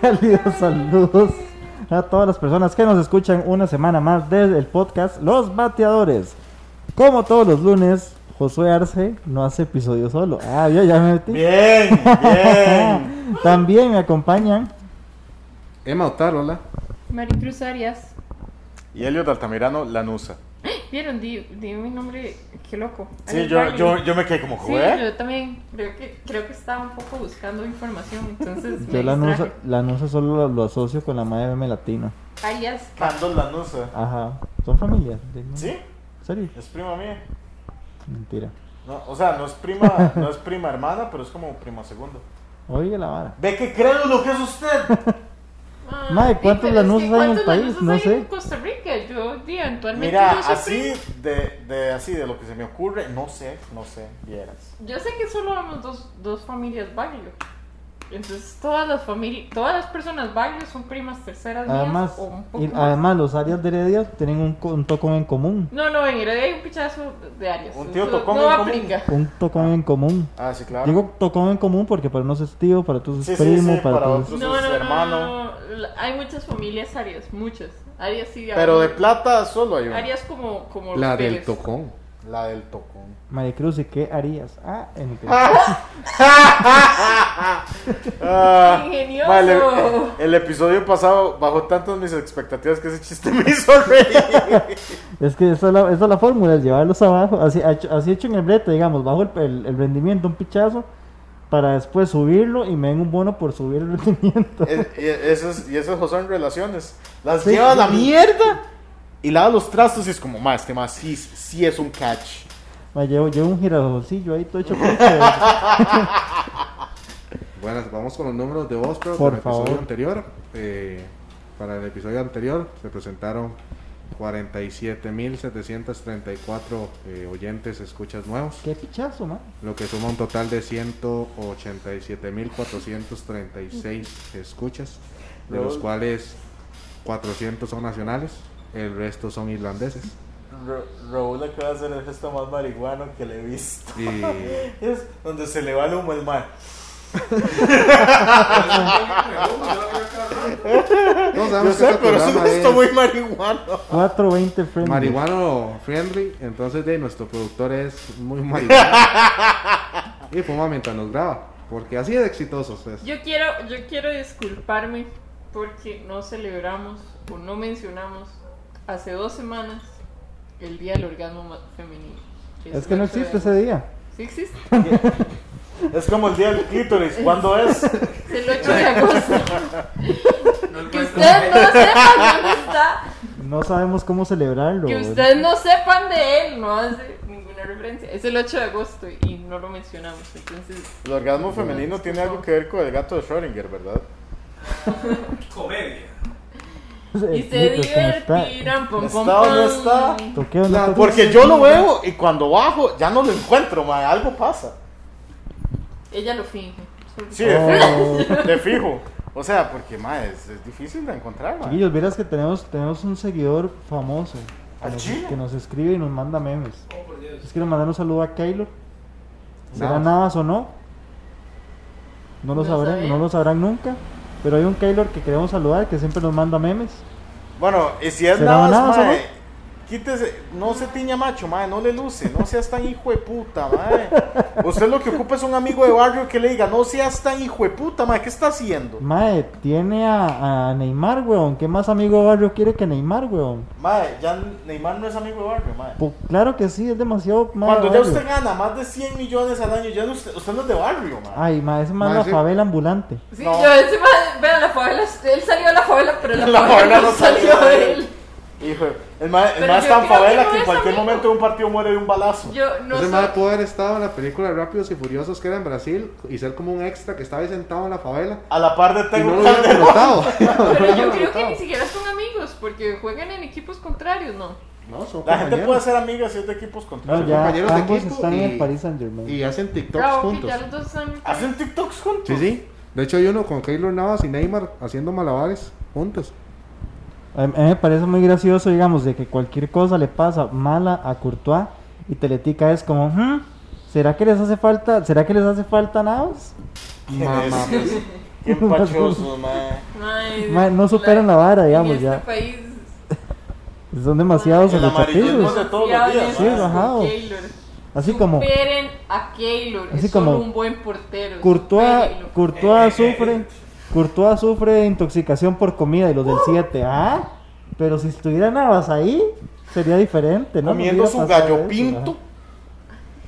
cálidos saludos a todas las personas que nos escuchan una semana más desde el podcast Los Bateadores. Como todos los lunes, Josué Arce no hace episodio solo. Ah, yo ya me metí. Bien, bien. También me acompañan Emma Otaro, hola. Maricruz Arias. Y Elliot Altamirano Lanusa. ¿Vieron? Di, di mi nombre, qué loco. Sí, Alex yo, Bailey. yo, ¿eh? yo me quedé como, Sí, joder. yo también creo que, creo que estaba un poco buscando información, entonces me Yo la anuncia, distraje. la anuncia solo lo, lo asocio con la madre meme latina. Arias, Candol Lanusa. Ajá. Son familia. de- ¿no? ¿Sí? ¿En serio? Es prima mía. Mentira. No, o sea, no es prima, no es prima hermana, pero es como prima segundo. Oye la vara. Ve que crédulo que es usted. Ah, Mae, sí, ¿cuántos pero es Lanús que hay en el ¿cuántos país? Lanús No hay sé. En Costa Rica, yo di, actualmente Mira, yo soy así prima. de, de así de lo que se me ocurre, no sé, no sé, vieras. Yo sé que solo vamos dos, dos familias Baglio. Entonces todas las familias, todas las personas Baglio son primas terceras mías Además, o un poco y- más. además los áreas de Heredia tienen un, co- un tocón en común. No, no, en Heredia hay un pichazo de Arias. Un tío Eso tocó en No común. aplica. Un tocón en común. Ah, sí, claro. Digo tocón en común porque para unos es tío, para otros Sí, es sí, primo, sí, para, para otros. otros. es- Entonces, hermano. no, la- Hay muchas familias Arias, muchas. Arias sí. pero de Arias- plata solo hay una. Arias como, como los La del Vélez. tocón. La del tocón. Maricruz, ¿y qué harías? Ah, en el Ah, Ingenioso. vale, el episodio pasado bajó tantas mis expectativas que ese chiste me hizo reír. Es que esa es la, esa es la fórmula, es llevarlos abajo, así, hecho- así hecho en el brete, digamos, bajo el, el- el rendimiento, un pichazo, para después subirlo y me den un bono por subir el rendimiento. Es- y eso es- y esas son relaciones. Las Sí, lleva a la sí. mierda y lava los trastos y es como, más, este más sí, sí es un catch. Me llevo, llevo un girasolcillo ahí todo hecho este, picha. Bueno, vamos con los números de voz, pero Por para el favor. episodio anterior. eh, para el episodio anterior se presentaron 47.734 eh, oyentes, escuchas nuevos, Qué pichazo, man. lo que suma un total de 187.436 escuchas, de los Lol. cuales 400 son nacionales, el resto son irlandeses. Raúl acaba de hacer el gesto más marihuano que le he visto. Y Es donde se le va el humo al mar. No Yo sabemos que sé, este pero es un programa gesto es muy marihuano. 420 frames. marihuano friendly, entonces de nuestro productor es muy marihuano. y fuma mientras nos graba, porque así de exitosos es. Yo quiero, yo quiero disculparme porque no celebramos o no mencionamos hace dos semanas el Día del Orgasmo Ma- Femenino. Es el que no 8 de existe ese agosto. día. Sí existe. Es como el día del clítoris. ¿Cuándo es? Es el 8 de agosto. que ustedes no sepan dónde está. No sabemos cómo celebrarlo. Que ustedes no sepan de él, no hace ninguna referencia. Es el 8 de agosto y no lo mencionamos, entonces... El orgasmo femenino tiene algo que ver con el gato de Schrödinger, ¿verdad? Comedia. Y se divertirán, pom, pom, ¿Está o no pom. está? Toqueo, no toqueo. Porque yo lo veo y cuando bajo ya no lo encuentro, mae, algo pasa. Ella lo finge. Sí, Oh. de, fijo, de fijo. O sea, porque mae, es, es difícil de encontrar, mae. Chiquillos, verás que tenemos, tenemos un seguidor famoso que ¿Al nos, chile? que nos escribe y nos manda memes. Oh, por Dios. Les quiero mandar un saludo a Keylor. ¿Será Navas. Navas o no? No lo No sabrán, sabía. no lo sabrán nunca. Pero hay un Keylor que queremos saludar que siempre nos manda memes. Bueno, y si es ¿Será nada más, nada, mae, quítese, no se tiña macho, mae, no le luce, no seas tan hijo de puta, mae. Usted lo que ocupa es un amigo de barrio que le diga, no seas tan hijo de puta, mae, ¿qué está haciendo? Mae, tiene a, a Neymar, weón. ¿Qué más amigo de barrio quiere que Neymar, weón? Mae, ya Neymar no es amigo de barrio, mae. Po- claro que sí, es demasiado mae, Cuando ya barrio. usted gana más de 100 millones al año, ya no- usted, usted no es de barrio, mae. Ay, mae, es más Mae, la sí. favela ambulante. Sí, No. yo encima, vean, la favela, él salió de la favela, pero la, La favela no salió de él. Hijo, el más, el Pero más yo tan creo favela que no que en es cualquier amigo. momento un partido muere de un balazo. Yo no Ese sé... madre pudo haber estado en la película de Rápidos y Furiosos que era en Brasil y ser como un extra que estaba ahí sentado en la favela A la par de y Tego no lo hubieran Calderón. explotado. Pero yo creo que ni siquiera son amigos, porque juegan en equipos contrarios, ¿no? No, son La gente puede compañeros. ser amiga si es de equipos No, contrarios. son ya compañeros de ambos equipo están en y- el Paris Saint Germain. Y hacen TikToks Bravo, que juntos. ya los dos están... Hacen TikToks juntos. Sí, sí. De hecho hay uno con Keylor Navas y Neymar haciendo malabares juntos. A mí a mí me parece muy gracioso, digamos, de que cualquier cosa le pasa mala a Courtois y Teletica es como, "Hmm, ¿será que les hace falta, será que les hace falta Navas? ¿Quién es? Mamá. Qué empachosos, mae. Mae, Mae, no superan la vara, digamos, en ya. este país. Son demasiados El los amarillismo de todos los días, honestos Sí, con ajá. Así como Keylor. Superen a Keylor. así es solo como un buen portero. Courtois, supérenlo. Courtois Eh. sufre, Courtois sufre de intoxicación por comida y los del 7, Uh. ah, pero si estuviera Navas ahí sería diferente, ¿no? No Comiendo hubiera su pasado gallo eso, pinto. ajá.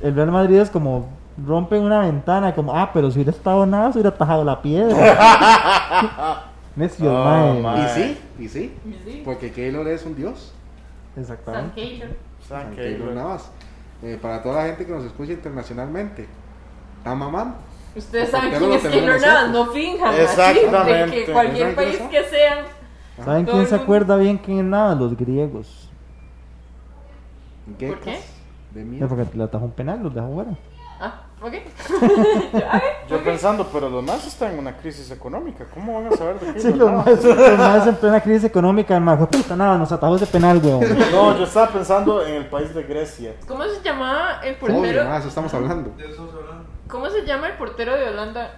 El Real Madrid es como rompen una ventana, como, ah, pero si hubiera estado Navas hubiera tajado la piedra. Necio, Oh, mae. mae. Y sí, y sí. Sí, Porque Keylor es un dios. San Exactamente. Keylor. San Ah, San Keylor Keylor. Navas. Eh, para toda la gente que nos escucha internacionalmente. Está mamando. Ustedes Porque saben no quién lo es Keylor tenemos Navas, nosotros. no finjan. así, Exactamente. de que cualquier ¿Saben país quiénes que sea. ¿Saben Todo quién el se mundo- acuerda bien quién es Navas? Los griegos. Gekas qué? De Ya, mierda. Porque le atajó un penal, los dejó fuera. Ah, ok. Yo pensando, pero los más están en una crisis económica. ¿Cómo van a saber de qué Sí, los hablaban? más, los más en plena crisis económica, el más puta nada, nos atajó ese penal, weón. No, yo estaba pensando en el país de Grecia. ¿Cómo se llamaba el Obvio, portero? ma, eso estamos hablando. ¿Cómo se llama el portero de Holanda?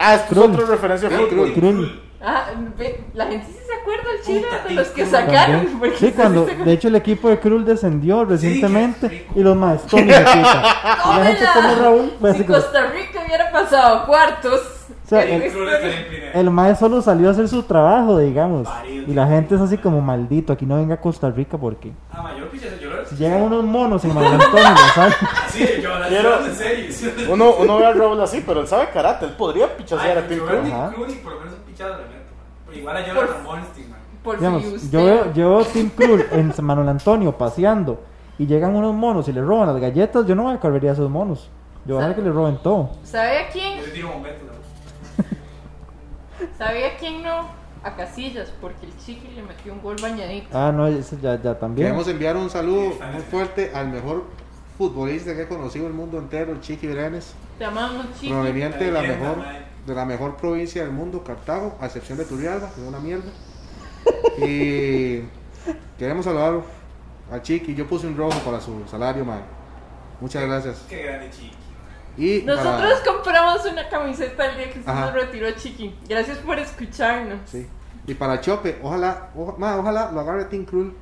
Ah, esto es Krull. otra referencia a fútbol. Krul. Ah, ve, la gente sí se acuerda el chile de los que También. sacaron. porque Sí, cuando, se- de hecho el equipo de Krul descendió recientemente qué y los más, Tommy se quita. Y la gente ¡Tómela! como Raúl, fue así Si como, Costa Rica hubiera pasado a cuartos. O sea, el- el- el maestro solo salió a hacer su trabajo, digamos. Y la gente es así como maldito, aquí no venga a Costa Rica porque Ah, ma, yo lo pillé, yo lo- si llegan unos monos en Manuel Antonio, ¿sabes? Sí, yo la Quiero- en serio. Uno, uno ve a Raúl así, pero él sabe karate. Él podría pichasear Ay, a Tim yo Krul. veo a Tim Ajá. Krul y por lo menos un pichado le meto, ma. Pero Igual a Por- Jonathan Molstein, ma. Por Digamos, si usted. yo veo, yo veo Tim Krul en San Manuel Antonio paseando y llegan unos monos y le roban las galletas, yo no voy a correría a esos monos. Yo voy a dejar que le roben todo. ¿Sabe a Yo le quién? tiro momentos, ma. ¿Sabe a quién no? A Casillas, porque el chiqui le metió un gol bañadito. Ah, no, ese ya, ya también. Queremos enviar un saludo muy fuerte al mejor futbolista que ha conocido el mundo entero, el Chiqui Brenes, Te amamos, chiqui. proveniente de la La leyenda, mejor mae. de la mejor provincia del mundo, Cartago, a excepción de Turrialba, que es una mierda. Y queremos saludar al Chiqui, yo puse un rojo para su salario, man. Muchas gracias. Qué grande chiqui. Y para- Nosotros compramos una camiseta el día que usted Ajá. nos retiró, chiqui. Gracias por escucharnos. sí. Y para Chope, ojalá, oja- mae, ojalá lo agarre Tim Krul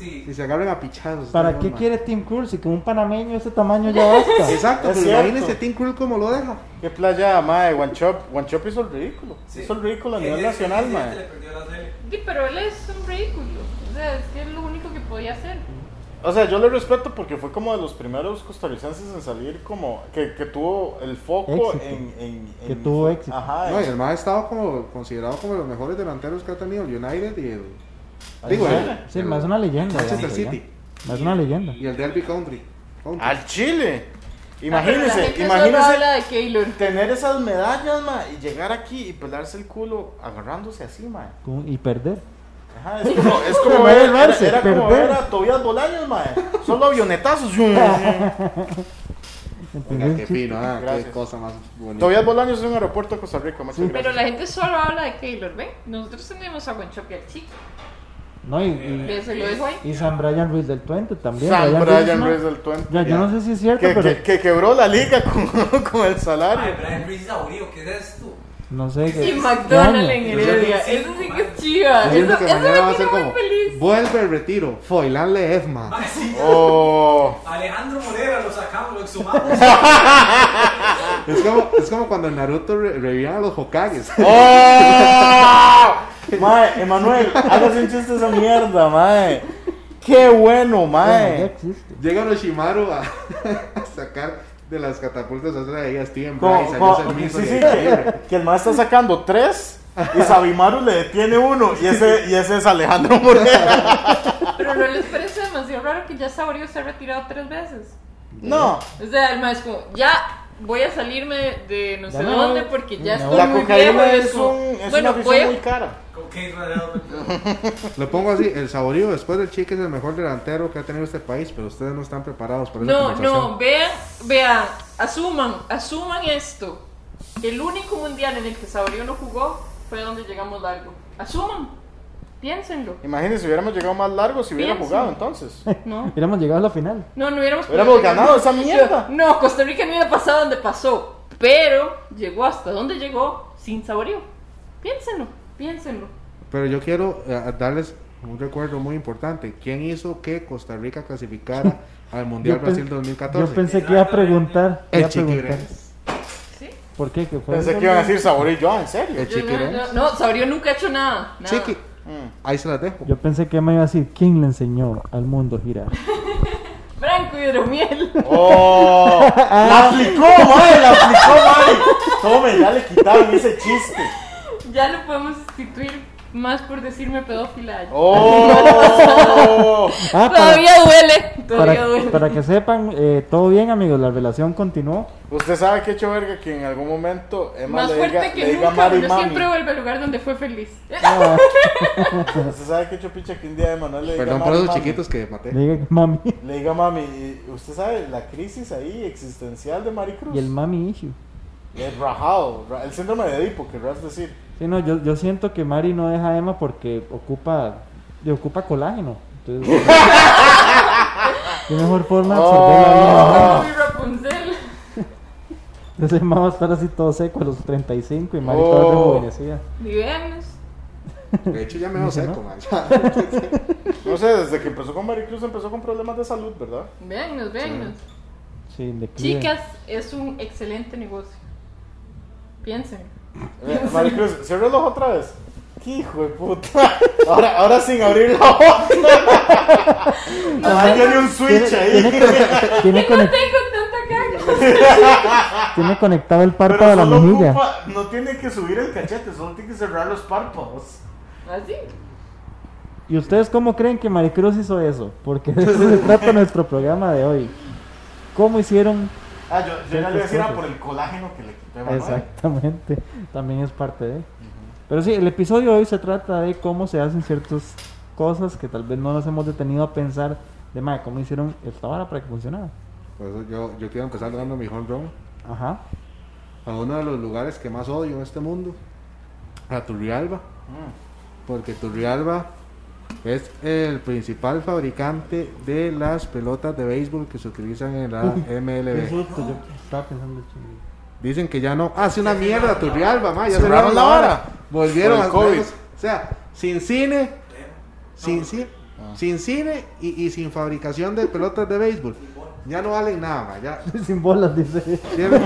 y Sí. se agarren a pichados. ¿Para no, qué mae. quiere Tim Krul si con un panameño de ese tamaño ya basta? Exacto, Es pero cierto. imagínense Tim Krul como lo deja. Qué playa, mae. One Chop. One Chop hizo el ridículo. sí. Hizo el ridículo a nivel Ese- nacional, ese mae. le perdió la serie. Sí, pero él es un ridículo. O sea, es que es lo único que podía hacer. O sea, yo le respeto porque fue como de los primeros costarricenses en salir como... Que, que tuvo el foco Éxito. en, en- Que en- tuvo éxito. Ajá. No, y en- el más ha estado como, considerado como de los mejores delanteros que ha tenido el United y el. Ahí Digo, está. el, Sí, más una leyenda. Manchester digamos, City ya. Más una leyenda. y el Derby Country. eh, Country. Al Chile. Ah, pero la Imagínense, gente Solo imagínense habla de Keylor. tener esas medallas, mae, y llegar aquí y pelarse el culo agarrándose así, mae. Con- Y perder. Ajá, es como, es como Pero ver, era, agarrarse, era como perder. ver a Tobias Bolaños, mae. Solo avionetazos. ¿Entendés? Oiga, qué fino, ah, qué Gracias. cosa más bonita. Tobias Bolaños es un aeropuerto de Costa Rica, muchas Pero gracias. la gente solo habla de Keylor, ¿ven? Nosotros tenemos a Guanchope al chiqui. No, y, y, Eh, ¿Ve? Se lo dejo ahí. y San Brian Ruiz del Twente también. San Brian Brian ¿no? Ruiz del Twente. Ya, yo no sé si es cierto, Que, pero que- que quebró la liga con, con el Ay, salario. Brian Reese Saurio, ¿qué es esto? no sé. qué- Y McDonald's en Daño. Yo creo que Heredia. sí, Eso sí que madre. es chiva. Yo Eso, siento eso que me mañana va a ser tiene muy como. feliz. Vuelve el retiro. Foilanle Efma. Ay, sí, Oh, Alejandro Morera, lo sacamos, lo exhumamos. Es como, es como cuando en Naruto re- revivían a los Hokages. ¡Oh! Mae, Emanuel, hágase un chiste esa mierda, mae. Qué bueno, Bueno, ya mae. existe. Llega Orochimaru a, a sacar de las catapultas a otra de ellas Steven Como- Bryce. como- salió ese mismo sí, sí, de- que, que el mae está sacando tres y Sabimaru le detiene uno y ese, y ese es Alejandro Moreno. Pero no les parece demasiado raro que ya Saborio se ha retirado tres veces. No, O sea, el maestro es como, ya voy a salirme de no Ya sé no, dónde porque ya no. estoy la muy cocaína viejo. y es, como, un, es bueno, una voy a- afición muy cara. Con Kate Raleado. Lo pongo así, el saborío después del chique es el mejor delantero que ha tenido este país, pero ustedes no están preparados para esa No, conversación. no, vean, vean, asuman, asuman esto. El único mundial en el que Saborío no jugó fue donde llegamos largo. Asuman, piénsenlo. Imagínense, hubiéramos llegado más largo si hubiera Pienso. jugado entonces. No, Hubiéramos llegado a la final. no, no hubiéramos podido Hubiéramos llegar. ganado esa mierda. No, Costa Rica no hubiera pasado donde pasó, pero llegó hasta donde llegó, sin saborío. Piénsenlo, piénsenlo. Pero yo quiero eh, darles un recuerdo muy importante. ¿Quién hizo que Costa Rica clasificara al Mundial Yo pen- Brasil 2014? Yo pensé que iba a preguntar. El iba a Chiqui preguntar. Brenes. ¿Sí? ¿Por qué? ¿Qué fue Pensé eso? que iban a decir saborí yo, "Ah, en serio. El Yo Chiqui no, Brenes. no, no, Saborío nunca ha hecho nada. nada. Chiqui. Mm. Ahí se las dejo. Yo pensé que me iba a decir quién le enseñó al mundo a girar. Franco Hidromiel. ¡Oh! ¡La aplicó, madre! ¡La aplicó, madre! Tome, ya le quitaron ese chiste. Ya lo podemos sustituir más por decirme pedófila. Ah, ¡Oh! Ah, para, todavía duele. Todavía duele. para, para que sepan, eh, todo bien, amigos, la relación continuó. Usted sabe que hecho verga que en algún momento Emma más le fuerte diga, que le diga nunca, Mari pero Mami. siempre vuelve al lugar donde fue feliz. Ah, Usted sabe que hecho picha que un día Emma no le diga Perdón por Mari esos Mami. chiquitos que maté. le dije, mami. Le diga mami, y usted sabe la crisis ahí existencial de Maricruz. Y el mami issue. El rajado, ra- el síndrome de Edipo, querrás decir. Sí, no, yo, yo siento que Mari no deja a Emma porque ocupa, le ocupa colágeno. Entonces, qué mejor forma de absorber la Este vida. Ah. Muy Rapunzel. Entonces Emma va a estar así todo seco a los 35 y Mari Oh. toda rejuvenecida. Vivenos. De hecho, ya me veo Dice, ¿no? seco, man. No sé, desde que empezó con Maricruz empezó con problemas de salud, ¿verdad? Véannos, véannos. Sí, de clive. Chicas, es un excelente negocio. Piensen. Eh, Maricruz, cierra el ojo otra vez. ¡Qué hijo de puta! Ahora, ahora sin abrir la boca. Ahí tiene Tiene, un switch tiene, ahí. conect- tiene, No conect- tengo tanta caca. tiene conectado el párpado Pero de la solo mejilla. ocupa, no tiene que subir el cachete, solo tiene que cerrar los párpados. Así. ¿Y ustedes cómo creen que Maricruz hizo eso? Porque de eso se trata nuestro programa de hoy. ¿Cómo hicieron? Ah, yo, yo ya le iba a decir, ah, Ciertas por el colágeno que le quitó Emanuel. Exactamente, también es parte de. Pero sí, el episodio de hoy se trata de cómo se hacen ciertas cosas que tal vez no nos hemos detenido a pensar de "Mae, cómo hicieron esta vara para que funcionara. Por eso yo, yo quiero empezar dando mi home run Ajá. a uno de los lugares que más odio en este mundo, a Turrialba. Porque Turrialba es el principal fabricante de las pelotas de béisbol que se utilizan en la Qué MLB. susto, yo estaba pensando chingue. Dicen que ya no. Ah, sí, una mierda, Turrialba, ma, ya Cerraron cerraron la la vara. hora. Volvieron Por el al COVID. COVID. O sea, sin cine, sin, ci- sin cine y, y sin fabricación de pelotas de béisbol. Ya no valen nada, ma, ya. Sin bolas, dice. Cierren,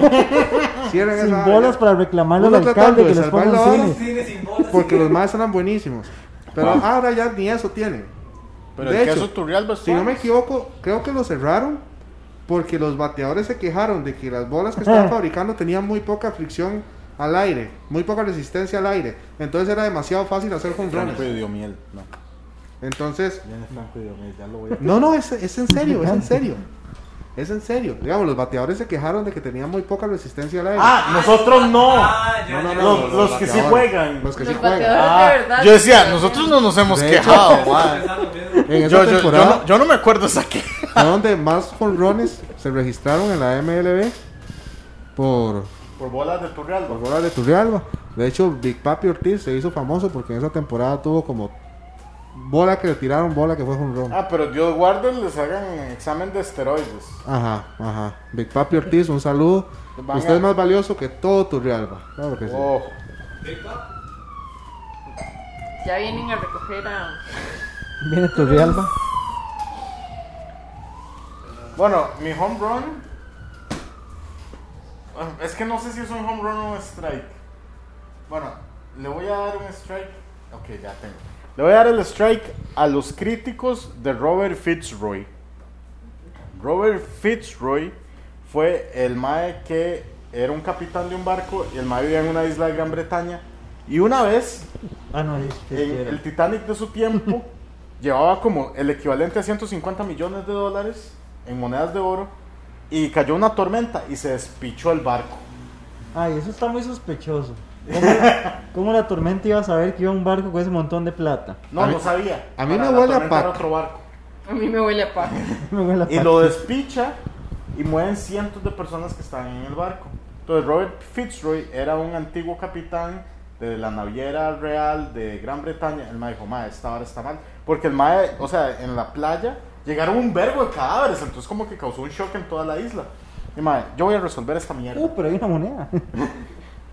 cierren esa Sin vara, bolas ya. para reclamarle al Uno alcalde tratando de que les salvar ponga la un vara. cine. Cine sin bolas. Porque los más eran buenísimos. Pero ahora ya ni eso tienen. Pero de el hecho, queso Turrialba es si no me suave. equivoco, creo que lo cerraron porque los bateadores se quejaron de que las bolas que estaban fabricando tenían muy poca fricción al aire, muy poca resistencia al aire. Entonces era demasiado fácil hacer home Franco runs. y Diomiel, no. Entonces, Viene Franco y Diomiel, ya lo voy a... no, no, es, es en serio, es en serio. Es en serio. Digamos, los bateadores se quejaron de que tenían muy poca resistencia al aire. Ah, nosotros no. Ah, ya, No, no, ya, no, ya. los- los que sí bateadores, juegan. Los que sí Los juegan. bateadores. Ah, de verdad. yo decía, nosotros no nos hemos De hecho, quejado, Estaba man. pensando lo mismo. En esa Yo, yo, yo, temporada- no, yo no me acuerdo esa que. fue donde más jonrones se registraron en la MLB por, Por bolas de Turrialba. por bolas de Turrialba. De hecho, Big Papi Ortiz se hizo famoso porque en esa temporada tuvo como bola que le tiraron, bola que fue jonrón. Ah, pero Dios guarde les hagan examen de esteroides. Ajá, ajá. Big Papi Ortiz, un saludo. Van Usted a- es más valioso que todo Turrialba. Claro que sí. Oh. Big Pop. Ya vienen a recoger a. Viene Turrialba. Bueno, mi home run. Ah, Es que no sé si es un home run o un strike. Bueno, le voy a dar un strike. Ok, ya tengo. Le voy a dar el strike a los críticos de Robert Fitzroy. Robert Fitzroy fue el mae que era un capitán de un barco y el mae vivía en una isla de Gran Bretaña. Y una vez Ah, no, es que en era. el Titanic de su tiempo llevaba como el equivalente a 150 millones de dólares en monedas de oro y cayó una tormenta y se despichó el barco. Ay, eso está muy sospechoso. ¿Cómo, cómo la tormenta iba a saber que iba un barco con ese montón de plata? No, A mí- no sabía. a Para mí me la huele a tormenta era pack. otro barco. A mí me huele a paja. Me huele a Y paja. lo despicha y mueren cientos de personas que estaban en el barco. Entonces Robert Fitzroy era un antiguo capitán de la naviera real de Gran Bretaña. El mae dijo, mae, esta hora está mal. Porque el mae, o sea, en la playa llegaron un vergo de cadáveres. Entonces como que causó un shock en toda la isla. Y mae, yo voy a resolver esta mierda. Uh, pero hay una moneda.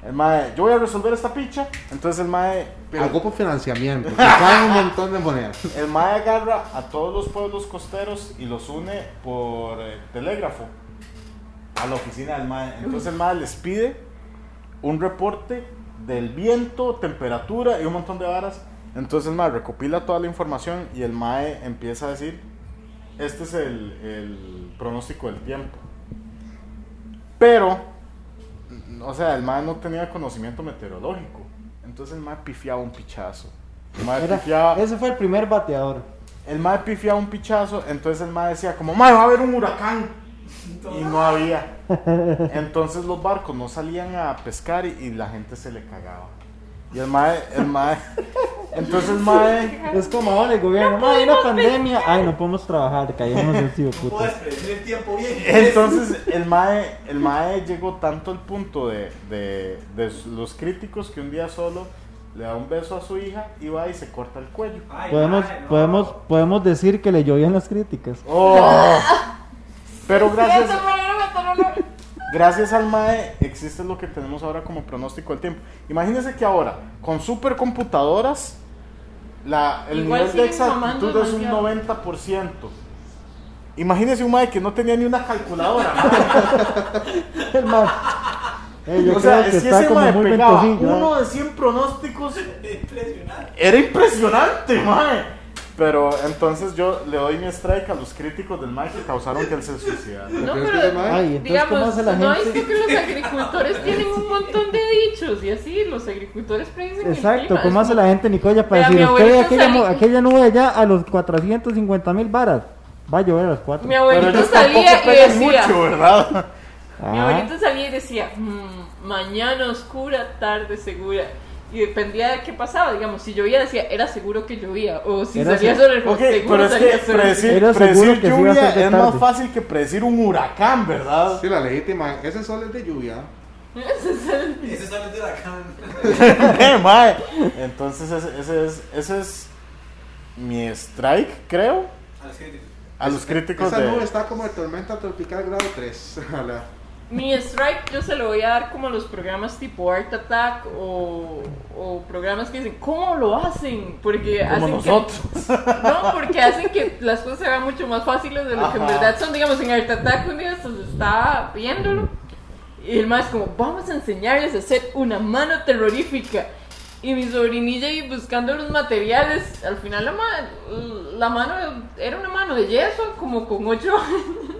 El mae, yo voy a resolver esta picha. Entonces el mae, Algo por financiamiento. que pagan un montón de monedas. el mae agarra a todos los pueblos costeros y los une por eh, telégrafo a la oficina del mae. Entonces el mae les pide un reporte del viento, temperatura y un montón de varas. Entonces el mae recopila toda la información y el mae empieza a decir, este es el, el pronóstico del tiempo. Pero, o sea, el mae no tenía conocimiento meteorológico. Entonces el mae pifiaba un pichazo. El mae Era- pifiaba- ese fue el primer bateador. el mae pifiaba un pichazo, entonces el mae decía como, mae, va a haber un huracán. Y no había. Entonces los barcos no salían a pescar y, y la gente se le cagaba. Y el mae, el mae, entonces el mae, Es como ahora el gobierno, no hay una pandemia, ay, no podemos trabajar, caímos en sí, No puedes puta. predecir el tiempo bien. entonces el mae, el mae llegó tanto al punto de, de, de los críticos que un día solo le da un beso a su hija y va y se corta el cuello. Ay, Podemos, mae, no. podemos, podemos decir que le llovían las críticas. ¡Oh! Pero gracias, Gracias, Mariana Matarolo. Gracias al MAE existe lo que tenemos ahora como pronóstico del tiempo. Imagínense que ahora, con supercomputadoras, la, el Igual nivel de siguen mamando exactitud es un demasiado. 90%. Imagínense un MAE que no tenía ni una calculadora. mae. El mae- Eh, yo creo o sea, que es que está ese como MAE muy pegaba ventosillo, ¿eh? uno de 100 pronósticos. Impresionante. Era impresionante, MAE. Pero entonces yo le doy mi strike a los críticos del MAE que causaron que él se suicidara. No, Pero es que pero- ese mae- Ay, entonces, ¿cómo Digamos, hace la no gente? es que los agricultores tienen un montón de dichos y así, los agricultores predicen el Exacto, clima. ¿cómo es hace como- la gente, Nicoya, Vea, para decir, mi usted ve abuelito aquella, mu- salía- aquella nube allá a los 450 mil varas? Va a llover a las 4. Mi abuelito ellos salía y pegan decía, mucho, ¿verdad? Mi Ah. abuelito salía y decía, "Mm, mañana oscura, tarde segura. Y dependía de qué pasaba, digamos, si llovía decía, era seguro que llovía. O si Era salía se- sobre el Ok, seguro pero es salía que sobre el sol. predecir, Era seguro que predecir se iba a lluvia hacer de es más tarde. fácil que predecir un huracán, ¿verdad? Sí, la legítima. Ese sol es de lluvia. Ese sale de la cama. Eh, mae. Entonces ese, ese es, ese es mi strike, creo, A los críticos. a los críticos Esa nube de... está como de tormenta tropical grado 3. Mi strike yo se lo voy a dar como a los programas tipo Art Attack o, o programas que dicen, ¿cómo lo hacen? Porque Como hacen nosotros. Que, no, porque hacen que las cosas se vean mucho más fáciles de lo que en Ajá. verdad son. Digamos, en Art Attack un día se está viéndolo y el más como, vamos a enseñarles a hacer una mano terrorífica. Y mi sobrinilla ahí buscando los materiales, al final la, ma- la mano era una mano de yeso, como con ocho años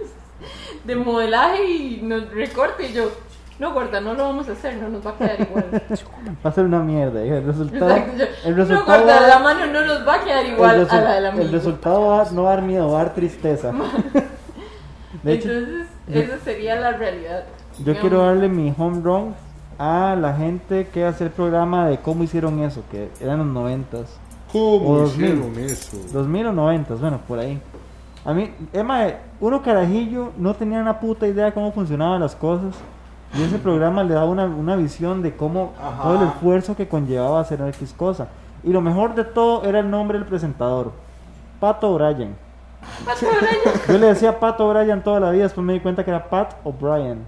de modelaje y nos recorte y yo, no gorda, no lo vamos a hacer, no nos va a quedar igual. Va a ser una mierda, hija, el resultado... Exacto, yo, El no resultado... va gorda, a- la mano no nos va a quedar el igual a resu- la de la El resultado va a no dar miedo, va a dar tristeza. De hecho, Entonces, yo- esa sería la realidad. yo Digamos, quiero darle mi home run a la gente que hace el programa de cómo hicieron eso, que eran los noventas. ¿Cómo Dos mil. hicieron eso? 2000 o 90, bueno, por ahí. A mí, Emma, uno carajillo no tenía una puta idea cómo funcionaban las cosas. Y ese programa le daba una, una visión de cómo Ajá. todo el esfuerzo que conllevaba hacer X cosa. Y lo mejor de todo era el nombre del presentador: Pato O'Brien. Pato O'Brien. Yo le decía Pato O'Brien toda la vida, después me di cuenta que era Pat O'Brien.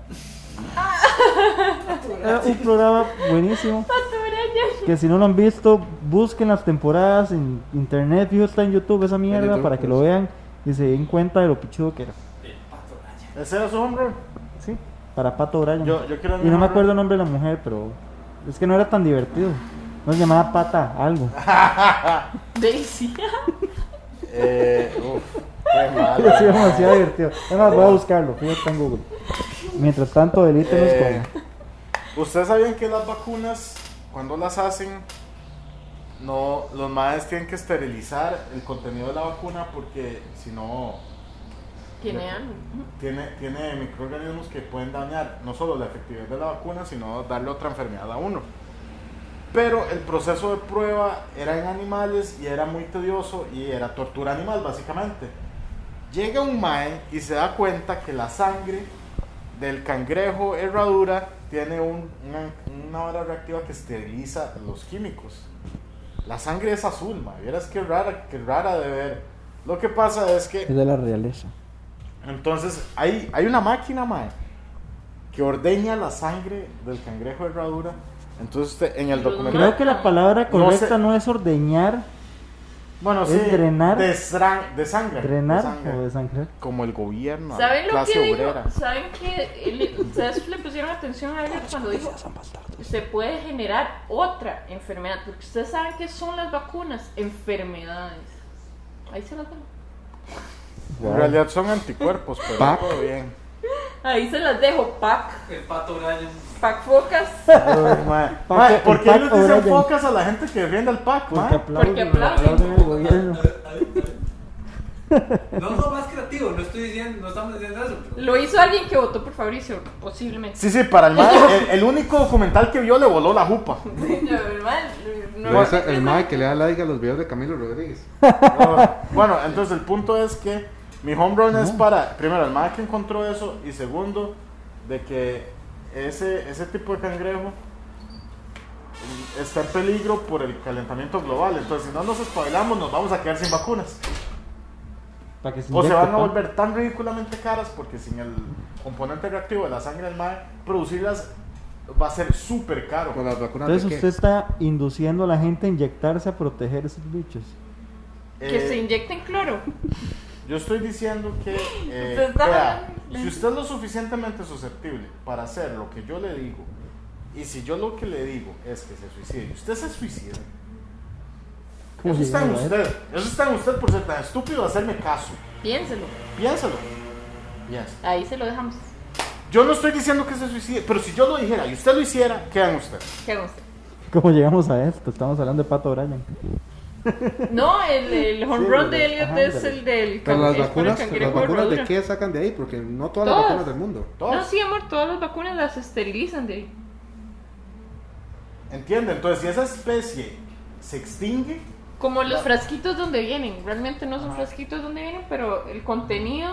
Era un programa buenísimo. Pato O'Brien. Que si no lo han visto, busquen las temporadas en internet, view está en YouTube, esa mierda, YouTube, para que lo pues. vean y se den cuenta de lo pichudo que era. ¿Ese era su hombre? Sí, para Pato Bryan. Yo, yo quiero... y no me acuerdo el nombre de la mujer, pero es que no era tan divertido. Nos llamaba Pata, algo. Ah, Daisy. Eh, uf, qué malo. Era así demasiado divertido. Además, voy a buscarlo, fíjate está en Google. Mientras tanto, delítenos Eh, con. ¿Ustedes sabían que las vacunas, cuando las hacen, no, los madres tienen que esterilizar el contenido de la vacuna porque si no... ¿Quién era? tiene, tiene microorganismos que pueden dañar no solo la efectividad de la vacuna, sino darle otra enfermedad a uno. Pero el proceso de prueba era en animales y era muy tedioso y era tortura animal, básicamente. Llega un mae y se da cuenta que la sangre del cangrejo herradura tiene un- una, una hora reactiva que esteriliza los químicos. La sangre es azul, mae. Vieras qué rara, qué rara de ver. Lo que pasa es que Es de la realeza. entonces, hay, hay una máquina, mae, que que ordeña la sangre del cangrejo de herradura. Entonces, usted- en el Los documental. Creo que la palabra No sé. correcta no, es ordeñar, Bueno, es drenar. desran- Desangran. drenar desangran. o desangrar. Como el gobierno. ¿Saben lo clase que dijo? obrera. ¿Saben que le- ustedes le pusieron atención a Elliot cuando dijo se puede generar otra enfermedad? Porque ustedes saben que son las vacunas, enfermedades. Ahí se las dejo. En realidad son anticuerpos, pero Pap. todo bien. Ahí se las dejo, Pac, El pato Brian. Pac Focas, Ay, mae. Paco- Mae, ¿Por el qué les Paco dicen O'Brien. focas a la gente que defiende al PAC? Porque mae? aplauden, Porque aplauden. aplauden al gobierno. No, no, más creativo, no estoy diciendo, no estamos diciendo eso. pero- lo hizo alguien que votó por Fabricio, posiblemente. Sí, sí, para el mae, el, el único documental que vio le voló la jupa. La verdad, no- Es el mae que le da like a los videos de Camilo Rodríguez. Ah, bueno, entonces el punto es que mi home run es para, primero, el mae que encontró eso y segundo, de que ese, ese tipo de cangrejo está en peligro por el calentamiento global. Entonces, si no nos espabilamos, nos vamos a quedar sin vacunas. Para que se O se inyecte, van a pa. volver tan ridículamente caras porque sin el componente reactivo de la sangre del mae, producirlas va a ser súper caro. Con las vacunas Entonces de usted está induciendo a la gente a inyectarse a proteger esos bichos. que Eh, se inyecten cloro. Yo estoy diciendo que, eh, Usted está vea, hablando. si usted es lo suficientemente susceptible para hacer lo que yo le digo, y si yo lo que le digo es que se suicide, y usted se suicida, ¿Cómo eso está en llegaron a usted, eso está en usted por ser tan estúpido de hacerme caso. Piénselo. Piénsalo. Piénsalo. Ahí se lo dejamos. Yo no estoy diciendo que se suicide, pero si yo lo dijera y usted lo hiciera, quedan usted. ¿Qué hago usted? ¿Cómo llegamos a esto? Estamos hablando de Pato Bryan. No, el, el home Sí, run de- de Elliot ajá, es de- el del Pero las es por el vacunas, cangrejo las vacunas de rodura. qué sacan de ahí, porque no todas las Todas. vacunas del mundo. Todos. No, sí, amor, todas las vacunas las esterilizan de ahí. ¿Entiende? Entonces, si esa especie se extingue, Como los frasquitos donde vienen. Realmente no son frasquitos donde vienen, pero el contenido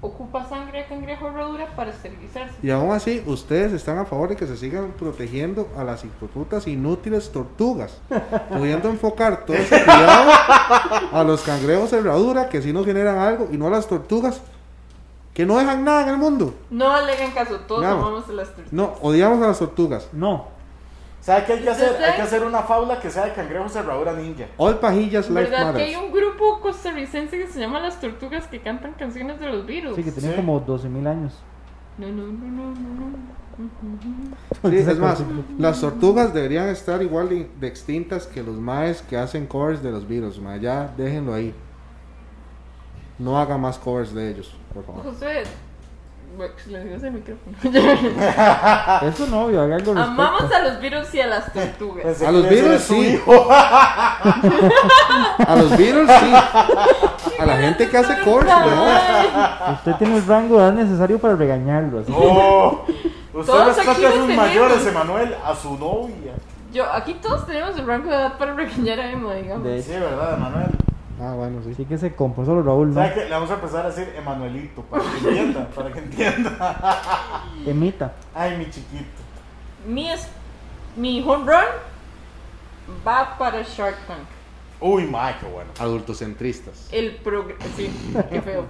ocupa sangre de cangrejo rodura para esterilizarse. Y aún así, ustedes están a favor de que se sigan protegiendo a las hipoputas inútiles tortugas, pudiendo enfocar todo ese cuidado a los cangrejos herradura que sí nos generan algo y no a las tortugas que no dejan nada en el mundo. No le hagan caso, todos Vamos. amamos las tortugas. No, odiamos a las tortugas. No, ¿sabe qué hay que hacer? ¿Usted? Hay que hacer una faula que sea de cangrejo cerradura ninja. All pajillas life ¿Verdad que hay matters. un grupo costarricense que se llama Las Tortugas que cantan canciones de los virus? sí, que tenía Sí. como 12.000 años. No, no, no, no, no, no. Sí, es más, las tortugas deberían estar igual de, de extintas que los maes que hacen covers de los virus. ma. Ya déjenlo ahí. No haga más covers de ellos, por favor. José, bueno, que le digas el micrófono. Eso no, obvio, haga algo al respecto. Amamos a los virus y a las tortugas. Pensé A que los le decía virus, Pues, su sí. hijo. A los Beatles sí. A la gente que hace covers, no. Ay, Usted tiene el rango de edad necesario para regañarlo. Así. Oh, usted Todos aquí respete a lo sus tenemos. mayores, Emanuel, a su novia. Yo, aquí todos tenemos el rango de edad para regañar a Emma, digamos. De Sí, ¿verdad, Emanuel? Ah, bueno, sí. Así que se compró solo Raúl, ¿no? ¿Sabe qué? Le vamos a empezar a decir Emanuelito, para que entienda, para que entienda. Emita. Ay, mi chiquito. Mi, es, mi home run va para Shark Tank. Uy, ma, qué bueno. Adultocentristas. El programa. Sí, qué feo.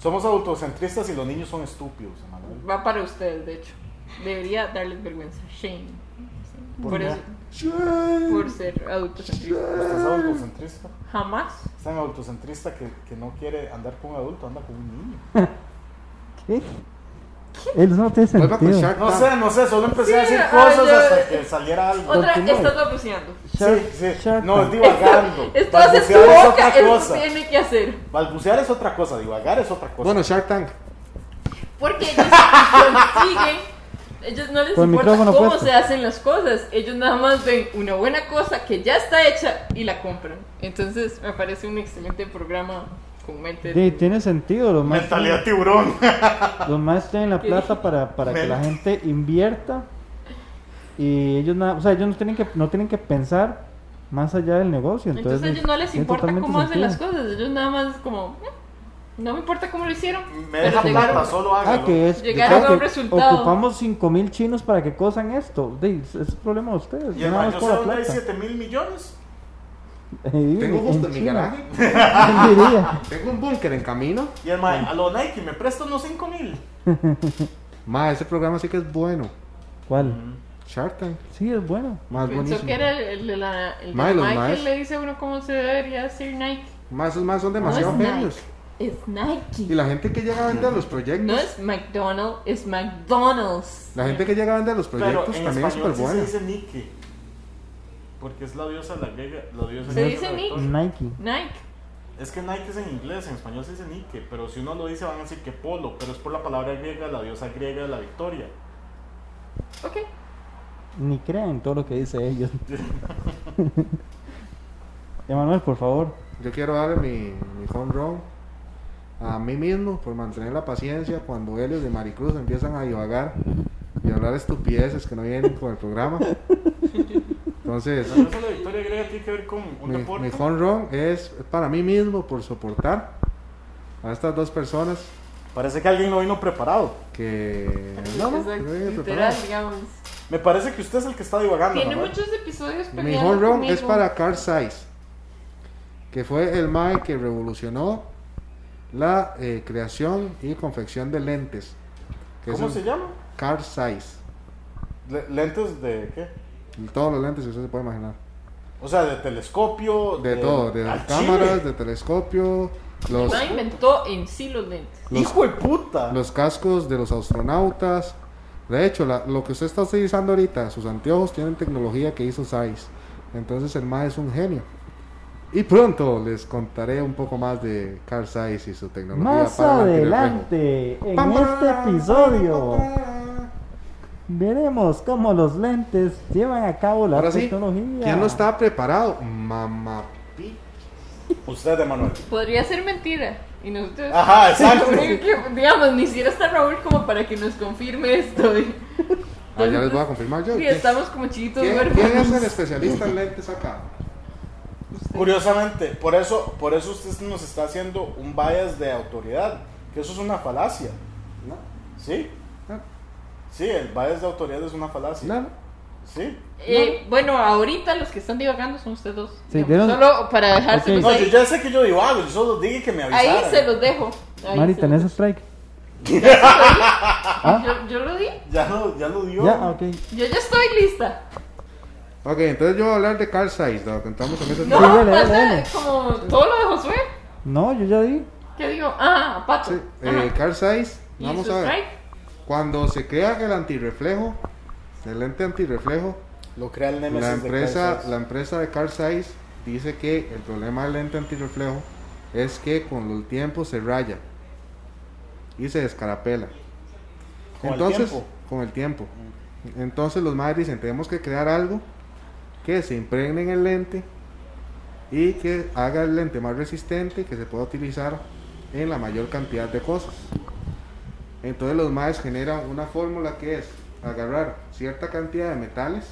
Somos autocentristas y los niños son estúpidos, Emanuel. Va para ustedes, de hecho. Debería darles vergüenza. Shame. Por, qué? eso, por ser adultos. ¿Usted es autocentrista? Jamás. Es tan autocentrista que, que no quiere andar con un adulto, anda con un niño. ¿Qué? Él no tiene Vuelva con sentido. Shark No Tank. sé, no sé, solo empecé Sí, a decir ay, cosas yo- hasta que saliera algo. Otra, Continúe. estás balbuceando. Shark- sí, sí. Shark No, es Tank. divagando. Estás en tu Balbucear es boca, otra eso cosa. tiene que hacer. Balbucear es otra cosa, divagar es otra cosa. Bueno, Shark Tank. Porque ellos consiguen, ellos no les Con el importa micrófono cómo puesto. se hacen las cosas, ellos nada más ven una buena cosa que ya está hecha y la compran. Entonces me parece un excelente programa con mente. Sí, tiene sentido. Los más, Mentalidad tiburón. los más tienen la ¿Qué plata para, para que la gente invierta. Y ellos, nada, o sea, ellos no tienen, que, no tienen que pensar más allá del negocio. Entonces, Entonces a ellos no les tiene importa totalmente cómo hacen sentido. las cosas, ellos nada más como, "Eh, no me importa cómo lo hicieron. Me deja pero llegaron". plata, solo hágalo. Ah, que es. Llegaron ah, a un que resultado. Ocupamos 5000 chinos para que cosan esto. De- Es es problema de ustedes. Y yo el nada más mayor por la sabe dónde hay plata. 7 mil millones. Eh, Tengo justo en mi China. garaje. ¿Quién diría? Tengo un búnker en camino. Y el mae, a lo Nike, ¿me presto unos 5 mil? Ma, ese programa sí que es bueno. Mm. ¿Cuál? Shark Tank. Sí, es bueno. Más Pensó buenísimo. que era el, el de la. El de Mae, los Mike maes. que le dice a uno cómo se debería decir Nike. Más esos más son demasiado No es genios. Es Y Nike. la gente que llega a vender los proyectos. No es McDonald's, es McDonald's. La gente que llega a vender los Pero proyectos en también español es súper sí buena. se dice Nike. Porque es la diosa la griega, la diosa Se griega de dice la Nike. victoria. Nike. Nike. Es que Nike es en inglés, en español se dice Nike, pero si uno lo dice van a decir que polo, pero es por la palabra griega, la diosa griega de la victoria. Ok. Ni crean todo lo que dice ellos. Emanuel, por favor. Yo quiero darle mi, mi home run a mí mismo por mantener la paciencia cuando Helios de Maricruz empiezan a divagar y a hablar estupideces que no vienen con el programa. Entonces, La diosa de la victoria griega tiene que ver con un mi, deporte. mi home run es para mí mismo por soportar a estas dos personas Parece que alguien no vino preparado. que no, no, que Exacto, no vienen literal, preparadas. digamos. Me parece que usted es el que está divagando. Tiene Manuel. muchos episodios Mi peleando home run conmigo. es para Carl Zeiss, que fue el mae que revolucionó la eh, creación y confección de lentes. que es ¿Cómo un- se llama? Carl Zeiss. Le- ¿Lentes de qué? Todos los lentes que usted se puede imaginar. O sea, de telescopio. De todo, de al cámaras, chile. de telescopio, los, Ma inventó en sí los lentes. los- Hijo de puta. los cascos de los astronautas. De hecho, la- lo que usted está utilizando ahorita, sus anteojos tienen tecnología que hizo Zeiss. Entonces el MAE es un genio. Y pronto les contaré un poco más de Carl Zeiss y su tecnología. Más para mantener el adelante, en juego. este episodio, Ahora veremos cómo los lentes llevan a cabo la sí, tecnología. ¿quién no está preparado? Mamá. Usted, Emanuel. Podría ser mentira. Y nosotros. Ah, Ajá, exacto. Lo único que, digamos, ni siquiera está Raúl como para que nos confirme esto. y- Ah, ya les voy a confirmar yo. Sí, ¿Qué? estamos como chiquitos ¿Quién, huérfanos. quién es el especialista en lentes acá? Curiosamente, por eso, por eso usted nos está haciendo un bias de autoridad, que eso es una falacia, No, ¿sí? no, Sí, el bias de autoridad es una falacia, no, no. ¿sí? Eh, Bueno, ahorita los que están divagando son ustedes dos. Sí, Digamos, ¿vieron? Solo para Ok. dejárselos No, yo Pues ahí. ya sé que yo divago, yo solo dije que me Ahí avisaran. se los dejo. Ahí Mari, se ¿tenés Ah. los- strike? yo, yo lo di. Ya lo, ya lo dio. Ya, ah, ok. Yo ya estoy lista. Ok, entonces yo voy a hablar de Carl Zeiss, dado que entramos en ese No, Sí, dale, pasa dale, dale. como todo lo de Josué. No, yo ya di. ¿Qué digo? Ah, Pato. Sí, Ajá. eh, Carl Zeiss, ¿Y vamos su a ver. strike? Cuando se crea el antirreflejo, el lente antirreflejo, Lo crea el Nemesis la de empresa, Kansas. la empresa de Carl Zeiss dice que el problema del lente antirreflejo es que con el tiempo se raya y se descarapela. ¿Con el Entonces, tiempo? Mm. con el tiempo. Entonces los madres dicen, tenemos que crear algo que se impregne en el lente y que haga el lente más resistente y que se pueda utilizar en la mayor cantidad de cosas. Entonces los maes generan una fórmula que es agarrar cierta cantidad de metales,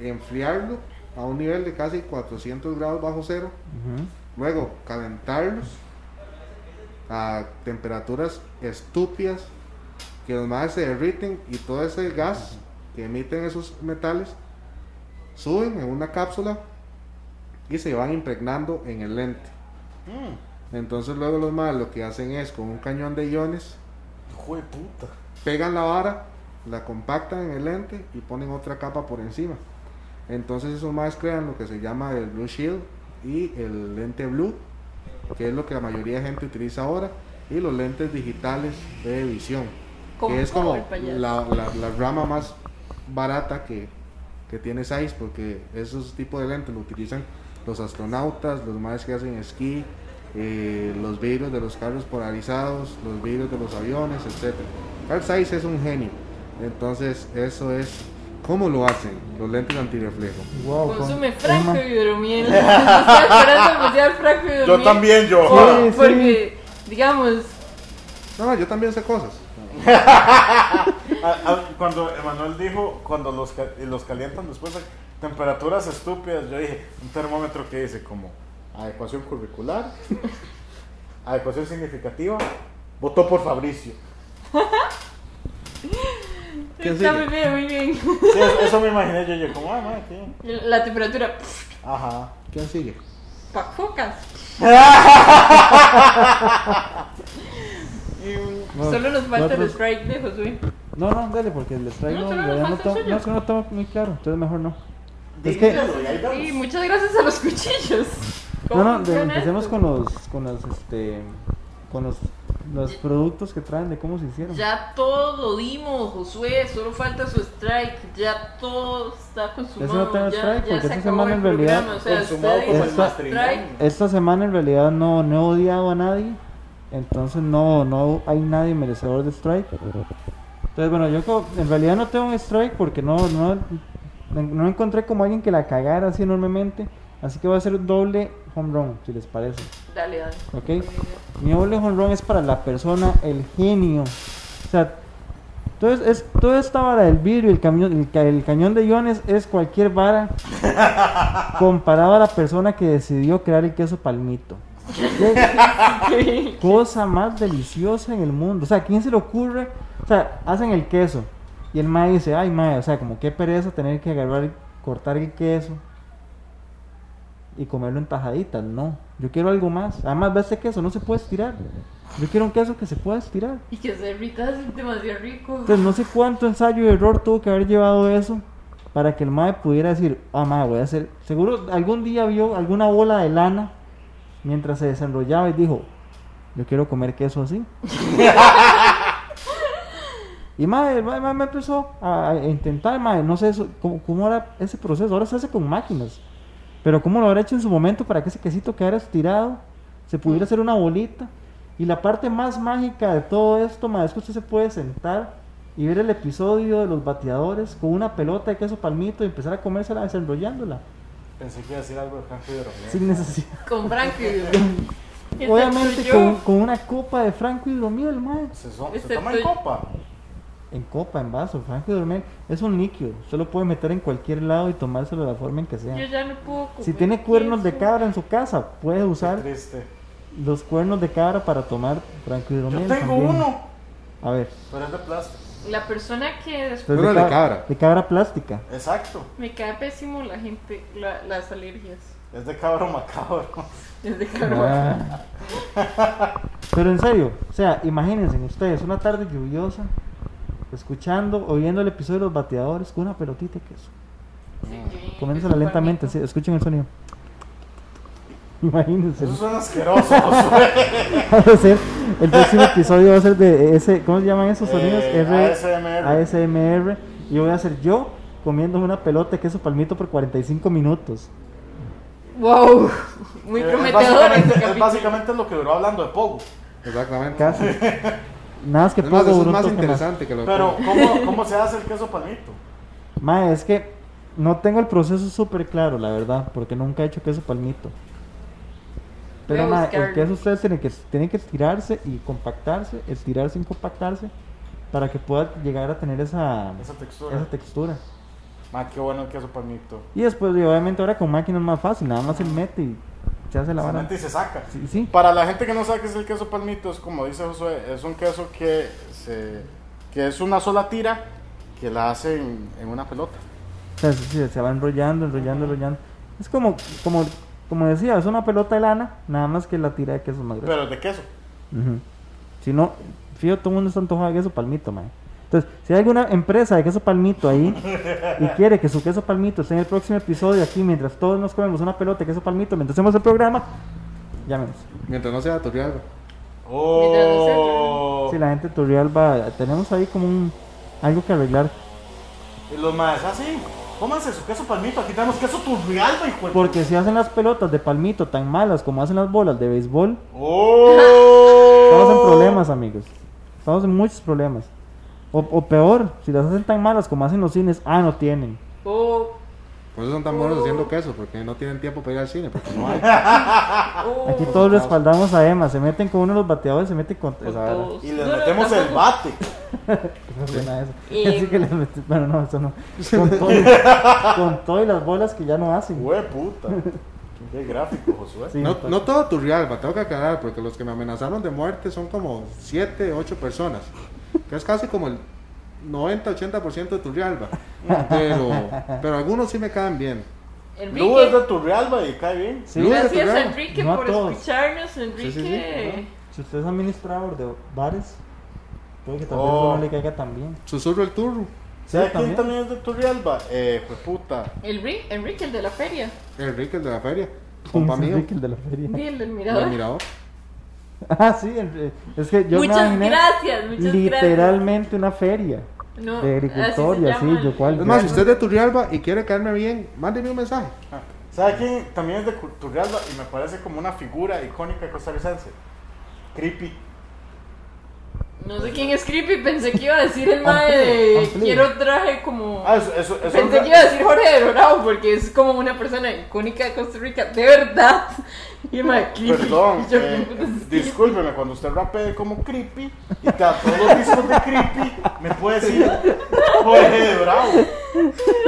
enfriarlo a un nivel de casi 400 grados bajo cero, luego calentarlos a temperaturas estúpidas que los maes se derriten y todo ese gas que emiten esos metales suben en una cápsula y se van impregnando en el lente. Mm, Entonces luego los maes lo que hacen es con un cañón de iones hijo de puta. pegan la vara, la compactan en el lente y ponen otra capa por encima. Entonces esos más crean lo que se llama el Blue Shield y el lente blue, que es lo que la mayoría de gente utiliza ahora, y los lentes digitales de visión, Como que es Paul, como el payaso. la, la- la rama más barata que, que tiene SAIS, porque esos tipos de lentes lo utilizan los astronautas, los más que hacen esquí, eh, los vidrios de los carros polarizados, los vidrios de los aviones, etc. Carl Zeiss es un genio. Entonces, eso es cómo lo hacen los lentes antirreflejo. Wow, con- Consume eh. franco Emma. hidromiel. Estaba esperando demasiado franco hidromiel. Yo también, yo. Sí. Por- Porque, digamos, No, yo también sé cosas. Ah, ah, cuando Emanuel dijo, cuando los, ca- y los calientan después a temperaturas estúpidas, yo dije, un termómetro que dice como adecuación curricular, adecuación significativa, votó por Fabricio. ¿Quién está sigue? muy bien, muy bien. Sí, eso, eso me imaginé yo, yo como, ah, madre, ¿qué? La temperatura, pff, Ajá. ¿Quién sigue? pa' focas. Muy solo nos falta el nosotros- strike de Josué. No, no, dale, porque el strike No, no, solo en nos realidad no, falta to- el suyo. no, es que no toma muy claro, entonces mejor no. Es que- Dígalo y ahí vamos. Sí, muchas gracias a los cuchillos. No, ¿Cómo no, de- funciona empecemos esto? con los, con los, este, con los, los productos que traen, de cómo se hicieron. Ya todo lo dimos, Josué, solo falta su strike, ya todo está consumado. Ese no tiene ya, strike, ya porque se esta acabó semana el en realidad- programa, o sea, Consumado ustedes como el su matrimonio. strike. Esta semana en realidad no, no he odiado a nadie, entonces no, no hay nadie merecedor de strike. Entonces bueno, yo co- en realidad no tengo un strike porque no, no, no encontré como alguien que la cagara así enormemente, así que va a ser doble home run, si les parece. Dale, dale. Ok. Mi doble honrón es para la persona, el genio. O sea, entonces es, toda esta vara del vidrio, el, camión, el, ca- el cañón de iones es cualquier vara comparado a la persona que decidió crear el queso palmito. Cosa más deliciosa en el mundo. O sea, ¿a ¿quién se le ocurre? O sea, hacen el queso y el mae dice, ay mae, o sea, como qué pereza tener que agarrar, cortar el queso y comerlo en tajaditas. No, yo quiero algo más. Además, ve este queso, no se puede estirar. Yo quiero un queso que se pueda estirar. Y que se rica, es demasiado rico. Entonces, no sé cuánto ensayo y error tuvo que haber llevado eso para que el mae pudiera decir, ah, mae, voy a hacer. Seguro algún día vio alguna bola de lana mientras se desenrollaba y dijo, yo quiero comer queso así. y mae, el mae, mae, mae empezó a a intentar, mae, no sé eso- cómo, cómo era ese proceso. Ahora se hace con máquinas. Pero cómo lo habrá hecho en su momento para que ese quesito quedara estirado, se pudiera hacer una bolita. Y la parte más mágica de todo esto, mae, es que usted se puede sentar y ver el episodio de los bateadores con una pelota de queso palmito y empezar a comérsela desenrollándola. Pensé que iba a decir algo de Franco Hidromiel. Sin necesidad. Con Frankie. Obviamente con, con una copa de Franco Hidromiel, mae. Se, so- se Este toma en estoy- copa. En copa, en vaso, Franco Hidromiel es un líquido. Usted lo puede meter en cualquier lado y tomárselo de la forma en que Yo sea. ya no puedo comer Si tiene cuernos de queso. cabra en su casa, puede Qué usar triste. los cuernos de cabra para tomar Franco Yo Hidromiel. tengo también. uno, A ver. pero es de plástico. La persona que después entonces Cuernos de cabra. De cabra plástica. Exacto. me cae pésimo la gente, la- las alergias. Es de cabro macabro. Desde que Ah. Pero en serio, o sea, imagínense ustedes una tarde lluviosa, escuchando, oyendo el episodio de los bateadores con una pelotita de queso. Comiéndosela lentamente, sí, escuchen el sonido. Imagínense. Eso suena asqueroso. Josué. Va a ser- el próximo episodio va a ser de ese, ¿cómo se llaman esos sonidos? Eh, R- ASMR. ASMR. Y voy a hacer yo comiéndome una pelota de queso palmito por 45 minutos. Wow, muy Eh, es prometedor este básicamente- Es capítulo. básicamente lo que duró hablando de Pogo. Exactamente. Casi. Nada más que Es más, poco eso es duró un más toque más. interesante que lo Pero, ¿cómo, ¿cómo se hace el queso palmito? Ma, es que no tengo el proceso súper claro, la verdad, porque nunca he hecho queso palmito. Voy a Pero ma, el buscarlo. queso ustedes tienen que, tienen que estirarse y compactarse, estirarse y compactarse para que pueda llegar a tener esa, Esa textura. esa textura. Ma, qué bueno el queso palmito. Y después, y obviamente, ahora con máquina es más fácil, nada más se mete y se hace la Se vara. mete y se saca. Sí, sí. Para la gente que no sabe qué es el queso palmito, es como dice Josué, es un queso que, se, que es una sola tira que la hacen en una pelota. O sea, sí, sí, se va enrollando, enrollando, enrollando. Es como, como, como decía, es una pelota de lana, nada más que la tira de queso es más grande. Pero es de queso. Ujú. Si no, fío, todo el mundo está antojado de queso palmito, mae. Entonces, si hay alguna empresa de queso palmito ahí y quiere que su queso palmito esté en el próximo episodio aquí, mientras todos nos comemos una pelota de queso palmito, mientras hacemos el programa, llámenos. Mientras no sea Torrealba. Oh. Si la gente de Turrialba, tenemos ahí como un, algo que arreglar. Y los más así. Cómanse su queso palmito. Aquí tenemos queso turrialba, hijo de- Porque si hacen las pelotas de palmito tan malas como hacen las bolas de béisbol, Oh. estamos en problemas, amigos. Estamos en muchos problemas. O, o peor, si las hacen tan malas como hacen los cines, ah, no tienen. Oh, Por eso son tan buenos haciendo queso, porque no tienen tiempo para ir al cine, porque no hay. oh, Aquí todos respaldamos a Emma, se meten con uno de los bateadores, se meten con esa vara. todos. Y les No, no, metemos el tampoco. bate. No suena eso. Y- Así que les meten- bueno, no, eso no. Con todo, y- con todo y las bolas que ya no hacen. Hue puta. Qué gráfico, Josué. Sí, pues. No, está- no todo Turrialba, tengo que aclarar, porque los que me amenazaron de muerte son como 7, 8 personas, que es casi como el 90, 80% de Turrialba. Pero, pero algunos sí me caen bien. Enrique, Lu es de Turrialba y cae bien. Sí, Lu es de gracias Turrialba. Enrique No a por todos. escucharnos, Enrique. Sí, sí, sí, Si usted es administrador de bares, Puede que tal vez Oh. uno le caiga también. Susurro el turro. Sí, ¿Sabes quién también. también es de Turrialba? Eh, pues puta. El Ri- Enrique, el de la feria. Enrique, el de la feria. ¿Quién es Compa mío. Enrique, el de la feria? Sí, el del El mirador. mirador. Ah, sí, el- es que yo me muchas imaginé gracias, muchas gracias. literalmente una feria No, de agricultor y se así, llama. yo cual. Es más, si usted es de Turrialba y quiere caerme bien, mándeme un mensaje. Ah, ¿Sabe quién también es de Cur- Turrialba y me parece como una figura icónica costarricense? Creepy. No sé quién es Creepy, pensé que iba a decir el Amplíe, mae de amplíe. quiero traje como... Ah, eso, eso, eso Pensé que iba a decir Jorge de Dorado porque es como una persona icónica de Costa Rica, de verdad. Y el mae Creepy. Perdón, Y yo, eh, ¿qué putas es Creepy? discúlpeme, cuando usted rapee como creepy y te da todos los discos de creepy, me puede decir Jorge de Bravo.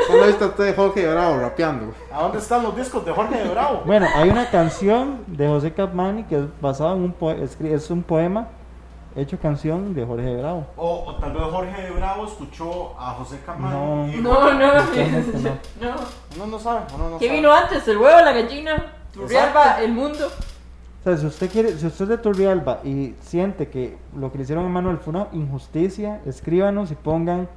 ¿Cómo está usted, Jorge Bravo, rapeando? ¿A dónde están los discos de Jorge de Bravo? Bueno, hay una canción de José Capmani que es basada en un poema, es un poema hecho canción de Jorge Bravo. O, o tal vez Jorge de Bravo escuchó a José Camargo. No. y- No, no, Exactamente, no. no. Uno no sabe, uno no ¿Qué sabe. vino antes? ¿El huevo, la gallina? ¿Turrialba, el mundo? O sea, si usted quiere, si usted es de Turrialba y siente que lo que le hicieron a Manuel fue una injusticia, escríbanos y pongan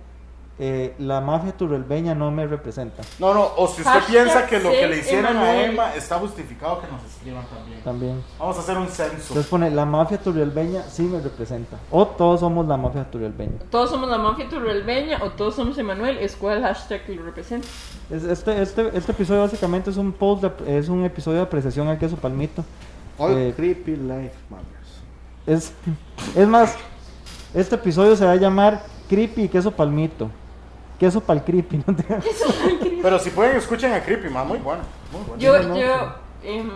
eh, la mafia turrialbeña no me representa. No, no, o si usted Hashtag piensa que lo que le save hicieron a Emmanuel. Emma está justificado que nos escriban también. También. Vamos a hacer un censo. Entonces pone la mafia turrialbeña sí me representa. O todos somos la mafia turrialbeña. ¿Todos somos la mafia turrialbeña o todos somos Emanuel? Es cual hashtag que lo representa. Es- Este, este, este episodio básicamente es un post, de- es un episodio de apreciación al queso palmito. All Eh, Creepy Life Matters. Es, es más, este episodio se va a llamar Creepy y queso palmito. Queso pal creepy, no te- Pero si pueden, escuchen a Creepy, ma, muy bueno. Muy bueno. Yo, no, no, yo, pero- em,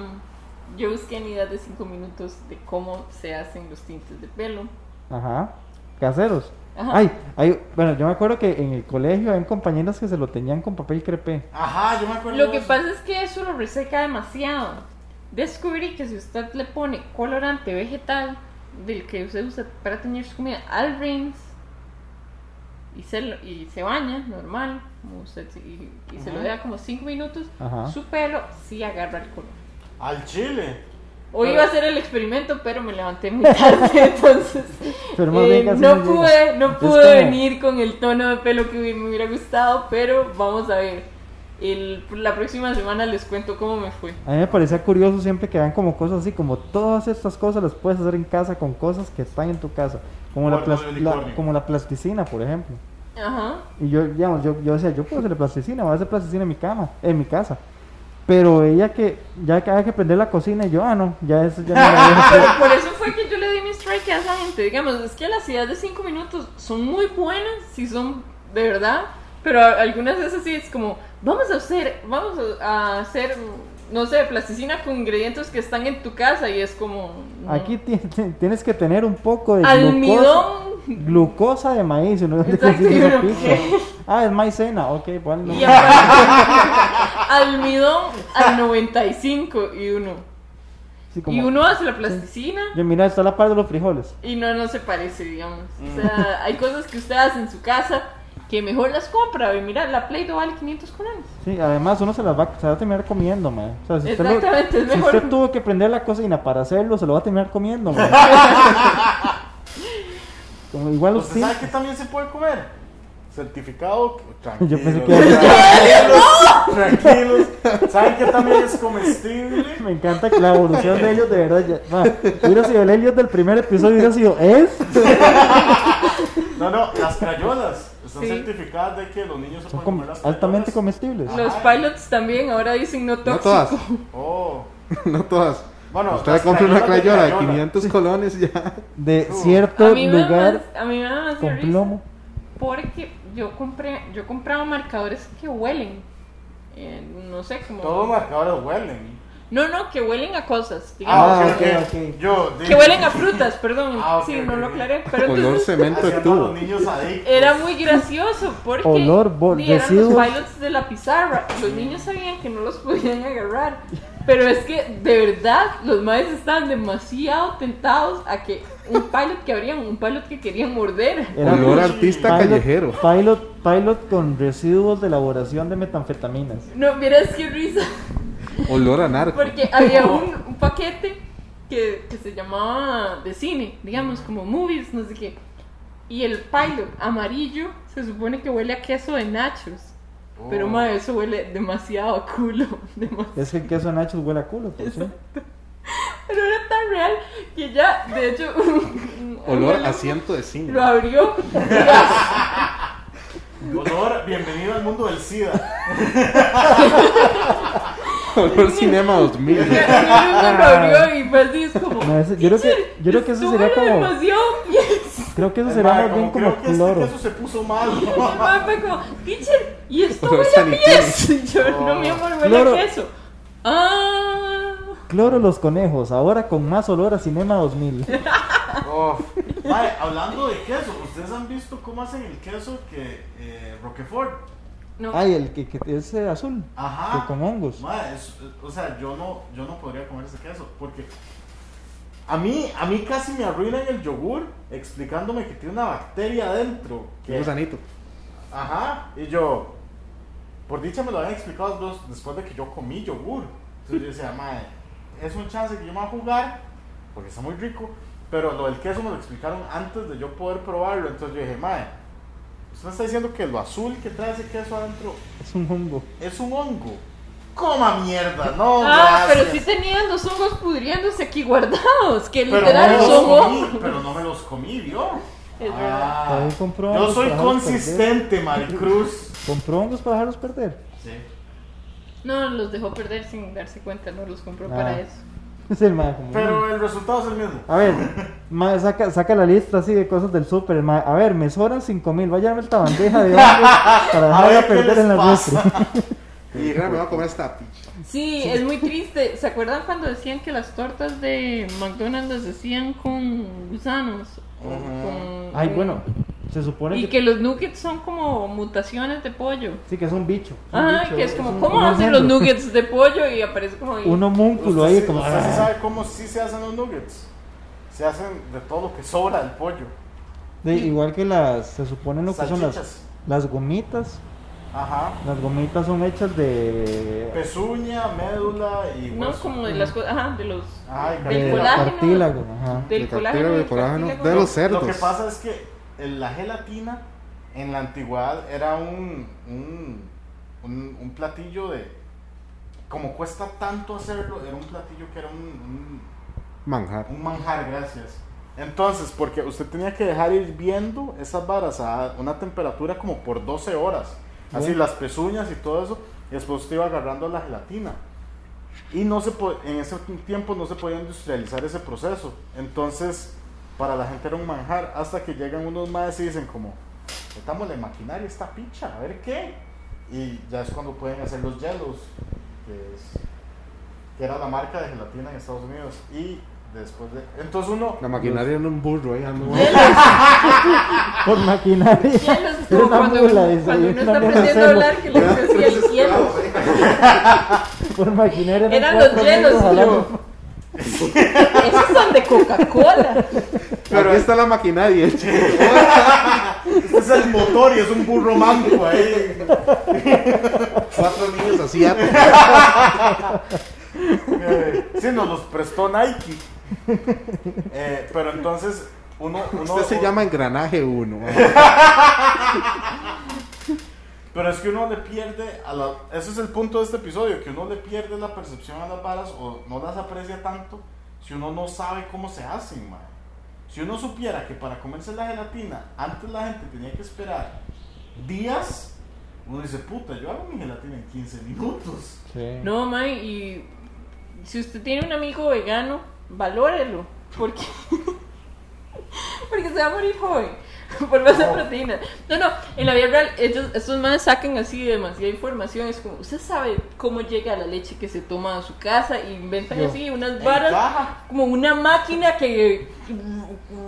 yo busqué en edad de 5 minutos de cómo se hacen los tintes de pelo. Ajá. Caseros. Ajá. Ay, hay- bueno, yo me acuerdo que en el colegio hay compañeras que se lo tenían con papel crepé. Ajá, yo me acuerdo. Lo de que eso. pasa es que eso lo reseca demasiado. Descubrí que si usted le pone colorante vegetal del que usted usa para teñir su comida al rinse y se, lo- y se baña normal como usted, se- y, y se lo deja como 5 minutos, Ajá. su pelo sí agarra el color. Al chile. Hoy iba a hacer el experimento, pero me levanté muy tarde, entonces Pero más eh, bien casi no no llega. pude, no Es pude como- venir con el tono de pelo que me hubiera gustado, pero vamos a ver. El- la próxima semana les cuento cómo me fue. A mí me parecía curioso siempre que dan como cosas así, como todas estas cosas las puedes hacer en casa con cosas que están en tu casa, como, la, Polvo de plas- unicornio. la- como la plasticina, por ejemplo. Ajá. Y yo, digamos, yo, yo decía, yo puedo hacer plasticina, voy a hacer plasticina en mi cama, en mi casa. Pero ella que ya que había que prender la cocina y yo, ah, no, ya eso ya no lo voy a hacer. Pero por eso fue que yo le di mi strike a esa gente. Digamos, es que las ideas de 5 minutos son muy buenas, si son de verdad, pero a- algunas veces sí es como, vamos a hacer, vamos a a hacer, no sé, plasticina con ingredientes que están en tu casa y es como... no. Aquí ti- ti- tienes que tener un poco de glucosa, Almidón. glucosa de maíz, y no sé Exacto, qué es yo esa no- pizza. Ah, es maicena, ok, bueno, no. Y aparte, almidón al 95 y uno. Sí, como- Y uno hace la plasticina Yo, mira, está a la par de los frijoles. y no, no se parece, digamos. O sea, hay cosas que usted hace en su casa que mejor las compra. Y mira, la Play-Doh vale 500 colones. Sí, además uno se las va, se va a terminar comiendo, man. O sea, si usted, lo- Exactamente, es si mejor. usted tuvo que prender la cocina para hacerlo, se lo va a terminar comiendo, man. Como igual los ¿Usted sabe tintes. que también se puede comer? Certificado. Yo pensé Tranquilos, que era- tranquilos. tranquilos. ¿Saben que también es comestible? Me encanta que la evolución de ellos, de verdad. Ya, man, hubiera sido el Elliot del primer episodio, hubiera sido, ¿es? No, no, las crayolas están Sí. certificadas de que los niños se Son pueden como comer las crayolas. altamente comestibles. Los pilots también ahora dicen no No tóxico. todas, Oh. no todas. Bueno, Usted las compra una crayolas de crayola de crayola. 500 colones y ya. De Uh. A cierto mí me da lugar más- a mí me da más de con risa plomo. porque yo compré yo compraba marcadores que huelen. Eh, no sé cómo. Todos los marcadores huelen. No, no, que huelen a cosas. Digamos. Ah, Ah, ok, ok, ok. ok. Yo dije, Que huelen a frutas, perdón. Ah, ok, sí, no ok, lo ok. aclaré. Pero Color entonces cemento de haciendo a los tubo. niños adictos. era muy gracioso porque Olor, bo- sí, eran los residuos. pilots de la pizarra. Los niños sabían que no los podían agarrar. Pero es que, de verdad, los maestros estaban demasiado tentados a que un pilot que abrían, un pilot que querían morder. Era pues, Olor a Sí. artista callejero. Pilot, pilot con residuos de elaboración de metanfetaminas. No, miras qué risa. Olor a narco. Porque había un, un paquete que, que se llamaba de cine, digamos, como movies, no sé qué. Y el pilo amarillo se supone que huele a queso de nachos. Pero, Oh. madre, eso huele demasiado a culo. demasiado. Es que el queso Nachos huele a culo, por sí. Pero era tan real que ya, de hecho, un- un Olor abuelo a ciento de Lo zinc. abrió. Honor, bienvenido al mundo del SIDA. Olor Cinema 2000. Y lo abrió y fue así, es como. No, ese- yo creo que- yo creo que eso esto sería huele como- demasiado bien. Creo que eso Es será más, más bien como creo que este cloro. queso se puso mal. Y mi mamá fue como, teacher, ¿y esto Olor huele a sanitario. pies? Y yo, Oh. no, mi amor, huele Cloro. a queso. Ah. Cloro los conejos, ahora con más olor a Cinema 2000. Oh. Mae, hablando de queso, ¿ustedes han visto cómo hacen el queso que eh, Roquefort? No. Ay, el que, que es eh, azul. Ajá. Que con hongos. Mae, es- o sea, yo no, yo no podría comer ese queso porque a mí, a mí casi me arruinan el yogur explicándome que tiene una bacteria adentro. Un que- gusanito. Ajá. Y yo, por dicha me lo habían explicado dos- después de que yo comí yogur. Entonces yo decía, madre, es un chance que yo me voy a jugar porque está muy rico. Pero lo del queso me lo explicaron antes de yo poder probarlo. Entonces yo dije, madre, usted me está diciendo que lo azul que trae ese queso adentro Es un hongo. es un hongo. Coma mierda, no. Ah, pero gracias. sí tenían los hongos pudriéndose aquí guardados, que Pero no, me literal los son comí, hongos. pero no me los comí, ¿vio? Es verdad. Ah, También compró yo hongos soy para dejarlos consistente, Maricruz. Compró hongos para dejarlos perder. Sí. No, los dejó perder sin darse cuenta, no los compró Ah. para eso. Es el mae como, Pero el resultado es el mismo. A ver, mae, saca, saca la lista así de cosas del súper. mae. A ver, me sobran 5000. Vaya a ver esta bandeja de hongos para A dejarla ver qué perder les en la pasa. rostra. Y ahora me voy a comer esta picha. Sí, es muy triste. ¿Se acuerdan cuando decían que las tortas de McDonald's las hacían con gusanos? O con- Ay, bueno, se supone Y que, que los nuggets son como mutaciones de pollo. sí que es un bicho. es un Ah, bicho, que es como, un- ¿cómo un hacen los hongo. nuggets de pollo? Y aparece como ahí. Un homúnculo ¿Usted ahí sí- como. usted sí ah. sabe cómo sí se hacen los nuggets? Se hacen de todo lo que sobra del pollo. De- igual que las, se suponen lo que son las, Salchichas. las gomitas. Ajá. Las gomitas son hechas de. Pezuña, médula y No, hueso. como de las cosas. Ajá, de los. Ay, de del Eh, la colágeno. cartílago. Ajá. Del De colágeno. cartílago, de del colágeno, cartílago, de ¿no? los cerdos. Lo que pasa es que el- la gelatina en la antigüedad era un, un, un, un platillo de... Como cuesta tanto hacerlo, era un platillo que era un, un, Manjar. un manjar, gracias. Entonces, porque usted tenía que dejar hirviendo esas varas a una temperatura como por 12 horas. Así Bueno. las pezuñas y todo eso. Y después usted iba agarrando la gelatina. Y no se po- en ese tiempo no se podía industrializar ese proceso. Entonces, para la gente era un manjar. Hasta que llegan unos más y dicen como, metámosle maquinaria a esta picha, a ver qué. Y ya es cuando pueden hacer los hielos. Que es que era la marca de gelatina en Estados Unidos. Y después de. Entonces uno. La maquinaria en un burro ahí ando. Por maquinaria. Ya los- como Una cuando, mula, dice, cuando uno una está mula aprendiendo a cero. hablar, que le decía el hielo. Por maquinaria. eran Eran los cuatro hielos, amigos hablando. tío. Esos son de Coca-Cola. Pero aquí está la maquinaria. eh. Este es el motor y es un burro manco ahí. Cuatro niños asiáticos. Eh, sí, nos los prestó Nike. Eh, pero entonces uno. uno Usted se uno- llama engranaje eh. 1. Pero es que uno le pierde. A la, ese es el punto de este episodio: que uno le pierde la percepción a las varas o no las aprecia tanto si uno no sabe cómo se hacen, man. Si uno supiera que para comerse la gelatina, antes la gente tenía que esperar días, uno dice, puta, yo hago mi gelatina en 15 minutos. Sí. No, mae, y si usted tiene un amigo vegano, valórelo. Porque, porque se va a morir joven. Por más de proteína. No, no, en la vida real, ellos, estos manes sacan así demasiada información. Es como, usted sabe cómo llega la leche que se toma a su casa. E inventan Yo. así unas En varas. caja. como una máquina que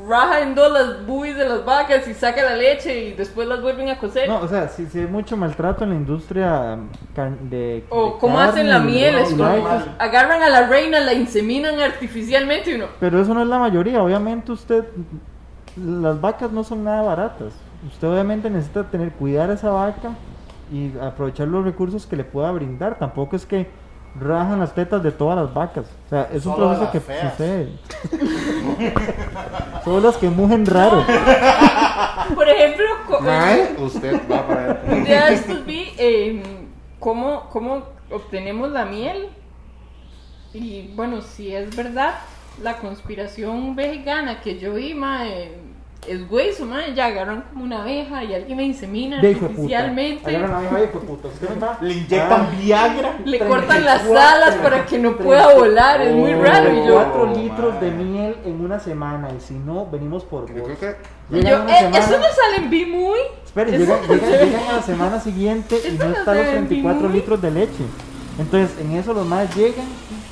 raja en dos las buis de las vacas y saca la leche y después las vuelven a cocer. No, o sea, si, si hay mucho maltrato en la industria mm, car- de. o de cómo hacen la carne, miel, ¿no? es como normal. agarran a la reina, la inseminan artificialmente y uno. Pero eso no es la mayoría. Obviamente, usted. Las vacas no son nada baratas. Usted, obviamente, necesita tener cuidar a esa vaca y aprovechar los recursos que le pueda brindar. Tampoco es que rajan las tetas de todas las vacas. O sea, es un Solo proceso las que feas. sucede. Son las que mugen raro. "Ah, por ejemplo, co- Mae, eh, usted va para un allá. día de estos vi eh, cómo, cómo obtenemos la miel. Y bueno, si es verdad, la conspiración vegana que yo vi, mae, es hueso, mae. Ya agarran como una abeja y alguien me insemina De hijo de puta. artificialmente. Agarran a mi madre, hijo de puta. ¿Usted me va? Le inyectan Ah. Viagra. Le 34, cortan las alas para que no pueda volar, es muy raro. Y yo, 4 Oh, litros man. de miel en una semana y si no, venimos por Yo vos. creo que y Llegan yo, una "Eh, semana- eso no sale en B-Muy. Espere, Eso llegan, no llegan- se ve. llegan a la semana siguiente y Eso no no están se los ve, 34 Pingüín. litros de leche. Entonces, en eso los más llegan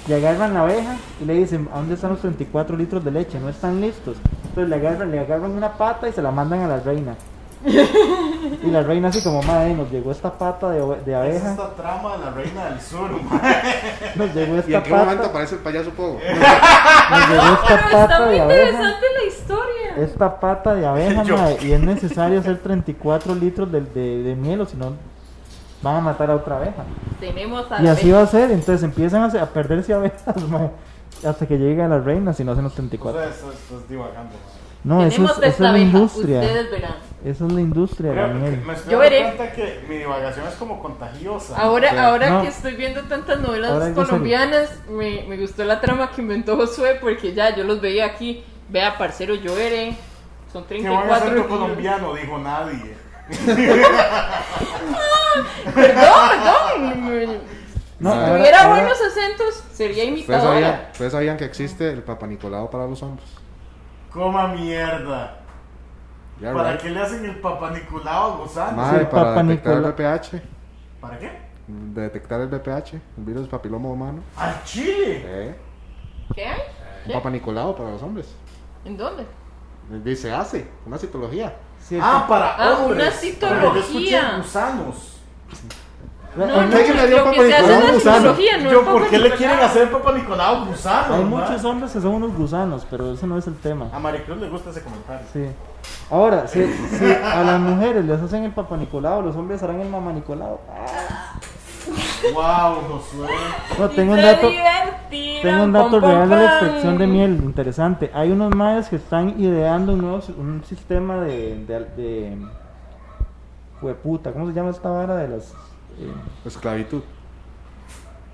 y agarran la abeja y le dicen, ¿a dónde están los 34 litros de leche? No están listos. Entonces le agarran, le agarran una pata y se la mandan a la reina. Y la reina así como, madre, nos llegó esta pata de, obe- de Es abeja, esta trama de la reina del sur, nos llegó ¿Y en esta qué momento pata, aparece el payaso Pogo? nos llegó esta Pero está pata muy de abeja. interesante la historia. Esta pata de abeja, Yo. madre, y es necesario hacer 34 litros de, de- de miel o si no van a matar a otra abeja. Tenemos a Y la así abeja. va a ser, entonces empiezan a, se- a perderse abejas, mae, hasta que llegue a la reina, si no hacen los O 34. sea, eso, eso es divagando. ma. No, eso es, Tenemos eso es esta la abeja, industria. ustedes verán. Eso es la industria, Creo que Daniel. me estoy dando Yo veré. cuenta que mi divagación es como contagiosa. Ahora, Sí. ahora No. que estoy viendo tantas novelas Ahora es en serio. colombianas, me, me gustó la trama que inventó Josué porque ya yo los veía aquí. Vea, parcero, yo veré. Son Que van a 34 ser kilos. colombiano, dijo nadie. Perdón, perdón. me- No, Si Si ahora, tuviera ahora- Pues, buenos acentos, sería ¿Ustedes sabían, imitadora. ustedes sabían que existe el Papa Nicolau para los hombres? Coma mierda. Ya, ¿Para right. qué le hacen el Papa Nicolau a los Andes? Mae, Sí, para Papa detectar Nicolau. el VPH. ¿Para qué? Detectar el VPH, el virus papiloma humano. ¡Al Chile! Eh, ¿Qué hay? un Papa Nicolau para los hombres. ¿En dónde? Dice, hace una citología. sí, Ah, para hombres. Ah, una Porque yo escuché citología. gusanos. pues, ve- No, no, hay lo muchos- que le dio Papa que se hace es Nicolau a la un gusano. simbología, no el yo, Papa ¿por qué le Nicolau. quieren hacer Papa Nicolau gusanos? hay ma? muchos hombres que son unos gusanos, pero eso no es el A tema. Maricruz le gusta ese comentario. Sí. Ahora, si, si a las mujeres les hacen el papá Nicolau, los hombres harán el mamá Nicolau. Ah. ¡Wow, Josué! No, Y tengo un se dato. divertirán, Tengo un pom, dato pom, real de la pam. extracción de miel, interesante. Hay unos madres que están ideando un nuevo si- un sistema de. de, de jueputa, ¿cómo se llama esta vara de las. eh, Esclavitud.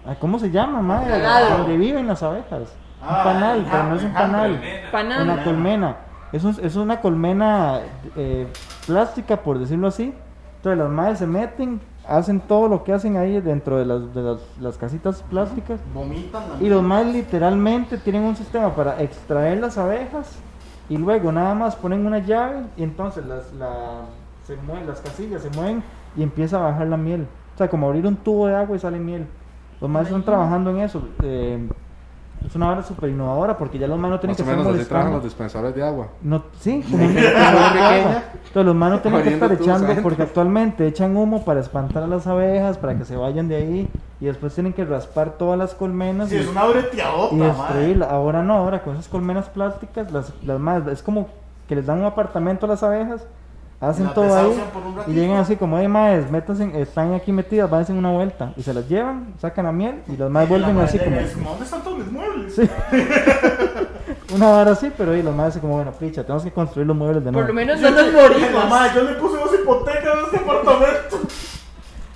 ah, ¿Cómo se llama, madre? Panal. Donde viven las abejas. Ah, un panal, enja- pero no es un panal. enjambre, nena. Panal. Una colmena. Es, un- es una colmena eh, plástica, por decirlo así. Entonces las madres se meten, hacen todo lo que hacen ahí dentro de las, de las- las casitas plásticas. Vomitan la Y los mierda. más literalmente tienen un sistema para extraer las abejas y luego nada más ponen una llave y entonces las, la- se mueven, las casillas se mueven y empieza a bajar la miel. O sea, como abrir un tubo de agua y sale miel. Los más están trabajando en eso. eh, es una hora súper innovadora porque ya los más no tienen Más que o estar menos así trabajan molestando. los dispensadores de agua. No, sí, como un dispensador de agua. Entonces los manos tienen que Abriendo estar tubos echando adentro. porque actualmente echan humo para espantar a las abejas, para que se vayan de ahí y después tienen que raspar todas las colmenas Sí, y, es una breteadota, y madre. destruirla. Ahora no, ahora con esas colmenas plásticas, las, las más, es como que les dan un apartamento a las abejas, hacen Las todo ahí desahucian por un y ratito. llegan así como, hey maes, métanse, están aquí metidas, váyanse una vuelta y se las llevan, sacan la miel y las más Y la vuelven madre así llega como... y dice, ¿Dónde están todos mis muebles? Sí. Una vara así, pero y los madres como, bueno, picha, tenemos que construir los muebles de Por nuevo. lo menos Yo no nos le dije, morimos. mamá, yo le puse dos hipotecas a este apartamento.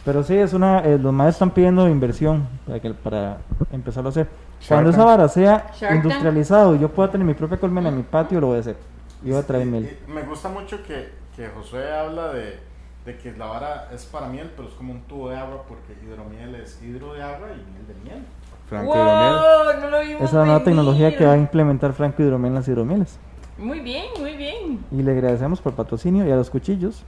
Pero sí, es una, eh, los madres están pidiendo inversión para, que, para empezarlo a hacer. Shark Cuando esa Tank. vara sea Shark Tank. industrializado y yo pueda tener mi propia colmena en mi patio, lo voy a hacer. Y voy a traer Y- miel. y Eh, Me gusta mucho que, que Josué habla de, de que la vara es para miel, pero es como un tubo de agua porque hidromiel es hidro de agua y miel de miel. Franco y Daniel. Wow, no lo vimos. Esa es la nueva venir. tecnología que va a implementar Franco Hidromiel en las hidromieles. Muy bien, muy bien. Y le agradecemos por patrocinio y a los cuchillos.